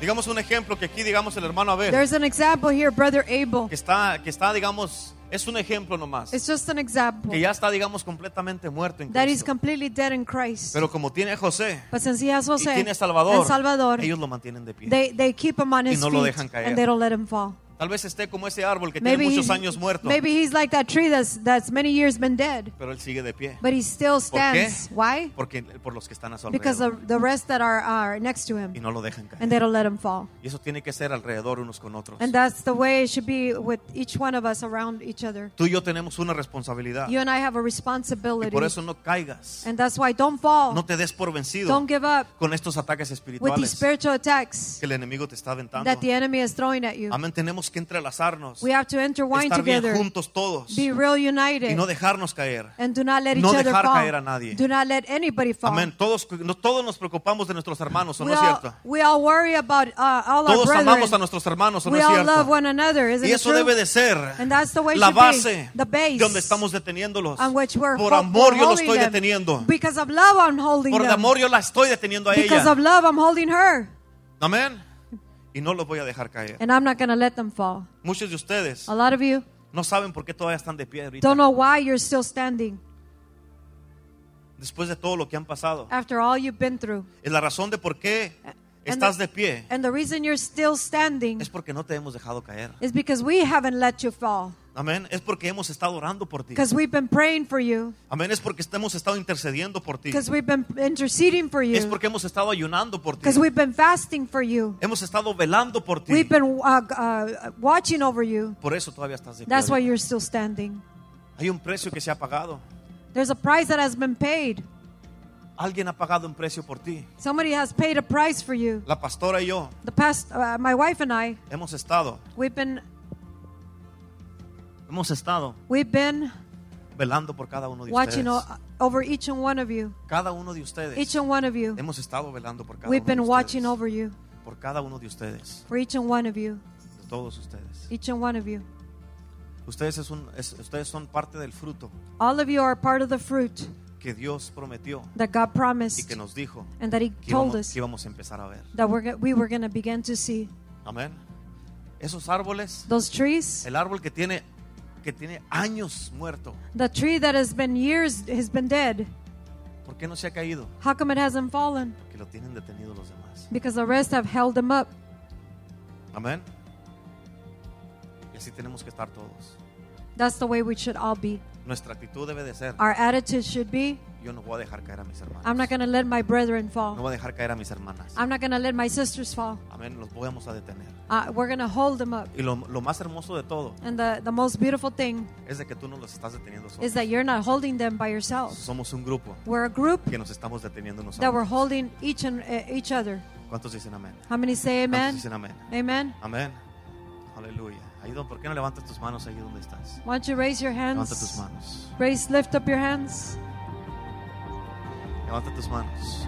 B: Digamos un ejemplo que aquí digamos el hermano Abel
A: There's an example here, Brother Abel.
B: que está que está digamos es un ejemplo nomás
A: It's just an example
B: que ya está digamos completamente muerto en
A: that he's
B: Cristo.
A: completely dead in Christ.
B: Pero como tiene a José
A: But since he has
B: y
A: Jose
B: tiene a Salvador,
A: and Salvador,
B: ellos lo mantienen de pie.
A: they, they keep him on his
B: no lo
A: feet
B: dejan caer.
A: and they don't let him fall.
B: Tal vez esté como ese árbol que
A: Maybe
B: tiene muchos
A: he's,
B: años muerto,
A: maybe he's like that tree that's, that's many years been dead,
B: pero él sigue de pie.
A: but he still
B: ¿Por qué?
A: stands. Why?
B: Porque por los que están a su
A: Because the,
B: alrededor
A: the rest that are, are next to
B: y
A: him
B: no lo dejan caer.
A: and they don't let him fall.
B: Y eso tiene que ser alrededor unos con otros.
A: And that's the way it should be with each one of us around each other.
B: Tú y yo tenemos una responsabilidad
A: You and I have a
B: Ah. y
A: responsibility.
B: por eso no caigas,
A: And that's why don't fall.
B: no te des por vencido
A: don't give up
B: con estos ataques
A: with these
B: espirituales
A: spiritual attacks
B: que el enemigo te está aventando.
A: that the enemy is throwing at you.
B: Amén, tenemos tenemos que entrelazarnos,
A: We have to intertwine
B: estar bien
A: together,
B: juntos todos
A: be real
B: y
A: united,
B: no dejarnos caer.
A: and do not let each
B: no
A: other
B: dejar
A: fall.
B: caer a nadie.
A: Do not let anybody fall.
B: Amén. Todos, no- todos nos preocupamos de nuestros hermanos, ¿o
A: We,
B: no es
A: all,
B: cierto?
A: we all worry about uh, all our
B: Todos
A: brethren.
B: amamos a nuestros hermanos, ¿o no
A: we
B: es
A: all love
B: cierto?
A: one another, isn't
B: Y eso
A: it true?
B: debe de ser
A: And that's the way it
B: la
A: should be,
B: base
A: the
B: de
A: base
B: donde estamos deteniéndolos.
A: on which we're
B: Por
A: ho-
B: amor
A: we're
B: yo los
A: holding
B: estoy
A: them.
B: deteniendo.
A: Because of love, I'm holding
B: Por
A: them.
B: amor yo la estoy deteniendo a
A: because
B: ella.
A: of love, I'm holding her,
B: Amén. Y no los voy a dejar caer.
A: and I'm not going to let them fall.
B: Muchos de ustedes
A: A lot of you
B: no saben por qué todavía están de pie ahorita.
A: don't know why you're still standing
B: Después de todo lo que han pasado.
A: after all you've been through,
B: Es la razón de por qué
A: the-
B: estás de pie.
A: and the reason you're still standing
B: Es porque no te hemos dejado caer.
A: is because we haven't let you fall.
B: Amén. Es porque hemos estado orando por ti.
A: Because we've been praying for you.
B: Amén. Es porque hemos estado intercediendo por ti.
A: Because we've been interceding for
B: Es
A: you.
B: porque hemos estado ayunando por ti.
A: Because we've been fasting for you.
B: Hemos estado velando por ti.
A: We've been uh, uh, watching over you.
B: Por eso todavía estás de pie.
A: That's why you're still standing.
B: Hay un precio que se ha pagado.
A: There's a price that has been paid.
B: Alguien ha pagado un precio por ti.
A: Somebody has paid a price for you.
B: La pastora y yo
A: The past, uh, my wife and I,
B: hemos estado,
A: we've been,
B: hemos estado
A: we've been
B: velando por cada uno de
A: watching
B: ustedes.
A: o- over each and one of you.
B: Cada uno de ustedes
A: Each and one of you.
B: hemos estado velando por cada
A: We've
B: uno de
A: been watching
B: ustedes.
A: over you.
B: Por cada uno de ustedes,
A: For each and one of you.
B: de todos ustedes.
A: Each and one of you.
B: Ustedes es un- es- ustedes son parte del fruto
A: All of you are part of the fruit
B: que Dios prometió
A: that God
B: y
A: promised
B: que nos dijo
A: and that He
B: que
A: told
B: íbamos,
A: us.
B: que íbamos a empezar a ver.
A: that we're, go- we were going to begin to see.
B: Amén. Esos árboles,
A: Those trees,
B: el árbol que tiene que tiene años muerto,
A: the tree that has been years, has been dead.
B: ¿por qué no se ha caído?
A: How come it hasn't fallen?
B: Porque lo tienen detenido los demás.
A: Because the rest have held them up.
B: Amén. Y así tenemos que estar todos.
A: That's the way we should all be.
B: Nuestra actitud debe de ser,
A: Our attitude should be
B: yo no voy a dejar caer a mis hermanos.
A: I'm not going to let my brethren
B: No
A: fall.
B: voy a dejar caer a mis hermanas.
A: I'm not going to let my sisters fall.
B: Amén, los vamos a detener.
A: Uh, we're going to hold them up.
B: Y lo, lo más hermoso de todo
A: And the, the most beautiful thing
B: es de que tú no los estás deteniendo
A: is
B: solos.
A: that you're not holding them by yourself.
B: Somos un grupo
A: We're a group
B: que nos estamos deteniendo
A: that we're
B: nosotros.
A: holding each and uh, each other.
B: ¿Cuántos dicen amén?
A: How many say
B: ¿Cuántos
A: amen?
B: dicen amén?
A: Amen.
B: Amén. Aleluya. Ahí, don- ¿Por qué no levantas tus manos ahí donde estás?
A: Why don't you raise your
B: Levanta tus
A: hands?
B: manos.
A: Raise, lift up your hands.
B: Levanta tus manos.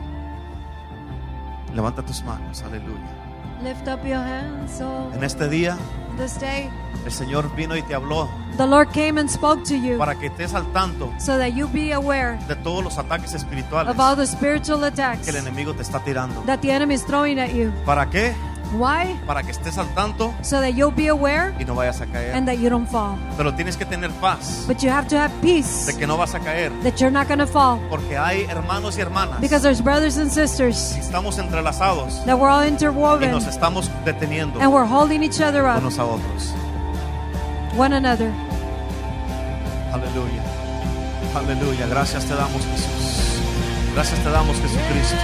B: Levanta tus manos. Aleluya.
A: Lift up your hands.
B: En
A: Oh,
B: este día,
A: this day,
B: el Señor vino y te habló
A: the Lord came and spoke to you
B: para que estés al tanto
A: so that you be aware
B: de todos los ataques espirituales
A: of all the spiritual attacks
B: que el enemigo te está tirando.
A: that the enemy is throwing at you.
B: ¿Para qué?
A: Why?
B: Para que estés al tanto
A: So that you'll be aware
B: y no vayas a caer.
A: and that you don't fall.
B: Pero tienes que tener paz
A: But you have to have peace
B: de que no vas a caer.
A: that you're not going to fall
B: Porque hay hermanos y hermanas
A: because
B: que
A: there's brothers and sisters
B: estamos entrelazados
A: that we're all
B: y
A: interwoven
B: nos estamos deteniendo
A: and we're holding each other up,
B: unos a otros.
A: one another.
B: Aleluya. Aleluya. Gracias te damos, Jesús. Gracias te damos, Jesucristo.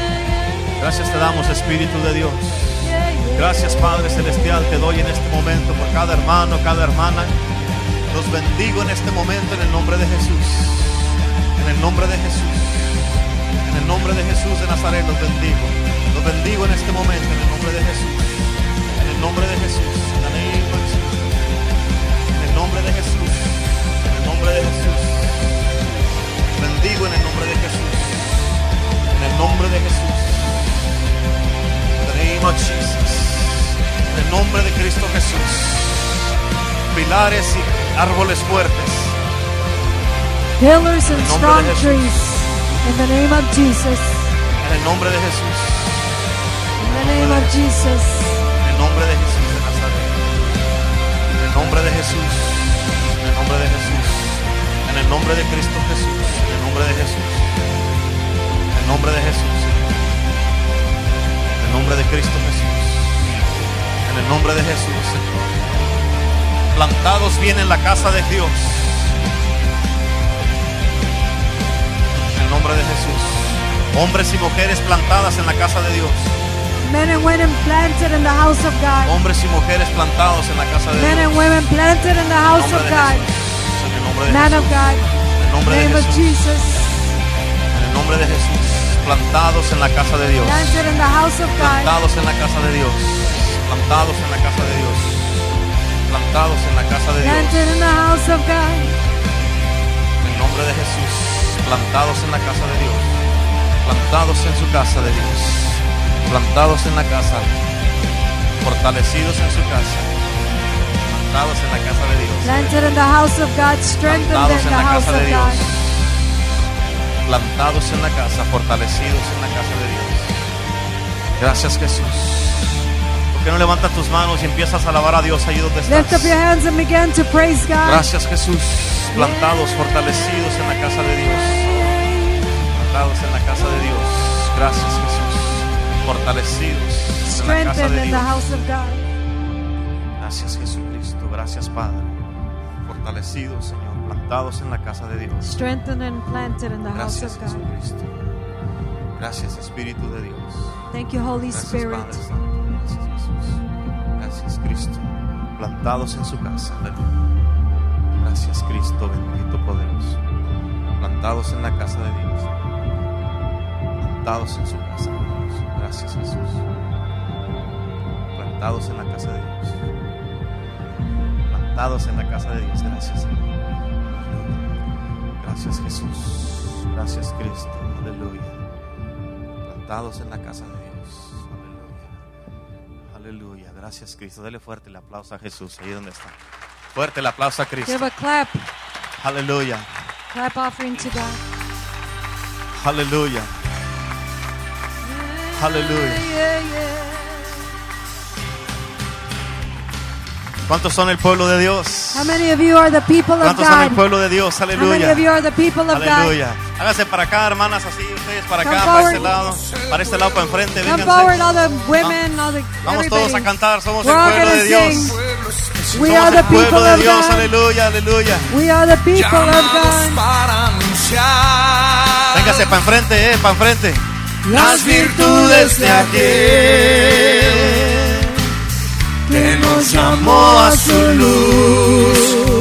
B: Gracias te damos, Espíritu de Dios. Gracias, Padre Celestial, te doy en este momento por cada hermano, cada hermana. Los bendigo en este momento en el nombre de Jesús. En el nombre de Jesús. En el nombre de Jesús de Nazaret los bendigo. Los bendigo en este momento en el nombre de Jesús. En el nombre de Jesús. En el nombre de Jesús. En el nombre de Jesús. En el nombre de Jesús. Bendigo en el nombre de Jesús. En el nombre de Jesús. In the name of Jesus. En el nombre de Cristo Jesús. Pilares y árboles fuertes.
A: Pillars and
B: En el
A: strong
B: nombre de Jesús.
A: trees. In the name of Jesus.
B: En el nombre de Jesús.
A: In the name of Jesus.
B: En el nombre de Jesús de Nazaret. En el nombre de Jesús. En el nombre de Jesús. En el nombre de Cristo Jesús. En el nombre de Jesús. En el nombre de Jesús. En el nombre de Cristo Jesús. En el nombre de Jesús, Señor. Plantados bien en la casa de Dios. En el nombre de Jesús. Hombres y mujeres plantadas en la casa de Dios.
A: Men and women planted in the house of God.
B: Hombres y mujeres plantados en la casa de
A: Men
B: Dios.
A: and women planted in the
B: En el
A: house
B: nombre
A: of
B: de
A: God.
B: Jesús. En el nombre de
A: Man of
B: Jesús.
A: God.
B: En el nombre de
A: Name of
B: Jesús.
A: Jesus.
B: En el nombre de Jesús. Plantados en la casa de Dios.
A: Planted in the house of God.
B: Plantados en la casa de Dios. Plantados en la casa de Dios. plantados en la casa de
A: planted in the
B: Dios.
A: house of God,
B: En el nombre de Jesús, plantados en la casa de Dios. Plantados en su casa de Dios. Plantados en la casa. Fortalecidos en su casa. Plantados en la casa de Dios.
A: planted in the house of God, strengthened
B: Plantados
A: in
B: en
A: the
B: la
A: house
B: casa de
A: of
B: Dios.
A: God.
B: Plantados en la casa, fortalecidos en la casa de Dios. Gracias Jesús. ¿Por qué no levantas tus manos y empiezas a alabar a Dios ahí donde
A: Lift up your
B: estás?
A: hands and begin to praise God.
B: Gracias Jesús. Plantados, fortalecidos en la casa de Dios. Plantados en la casa de Dios. Gracias Jesús. Fortalecidos en la casa
A: Strengthened
B: de
A: in the
B: Dios.
A: house of God.
B: Gracias Jesucristo. Gracias Padre. Fortalecidos Señor. Plantados en la casa de Dios.
A: Strengthened and planted in the house
B: Gracias
A: of God.
B: Jesucristo. Gracias Espíritu de Dios.
A: Thank you, Holy
B: Gracias
A: Spirit.
B: Padre Santo. Gracias Jesús. Gracias Cristo. Plantados en su casa. Aleluya. Gracias Cristo, bendito poderoso. Plantados en la casa de Dios. Plantados en su casa. poderoso. Gracias Jesús. Plantados en la casa de Dios. Plantados en la casa de Dios. Gracias Señor. Gracias Jesús. Gracias Cristo. Aleluya. Plantados en la casa de Dios. Aleluya. Aleluya. Gracias Cristo. Dele fuerte el aplauso a Jesús. Ahí donde está. Fuerte el aplauso a Cristo.
A: Give a clap,
B: Aleluya.
A: clap offering to God.
B: Aleluya. Aleluya.
A: Yeah, yeah.
B: ¿Cuántos son el pueblo de Dios?
A: How many of you are the people of
B: ¿Cuántos son el
A: God?
B: pueblo de Dios?
A: How many
B: Aleluya.
A: of you are the people of God?
B: Aleluya. Hágase para acá, hermanas, así ustedes para
A: Come
B: acá, para este
A: forward.
B: lado, para este lado, para enfrente.
A: Come
B: vénganse.
A: forward, all the women, all the
B: Vamos todos a
A: everybody.
B: cantar, somos
A: We're
B: el
A: all
B: pueblo
A: gonna
B: de Dios.
A: sing. We
B: Somos
A: are the
B: el
A: people
B: pueblo de
A: of
B: Dios,
A: God.
B: aleluya, aleluya.
A: We are the people of
C: llamados
A: God.
C: para anunciar
B: Véngase para enfrente, eh, para enfrente.
C: las virtudes de aquel que nos llamó a su luz.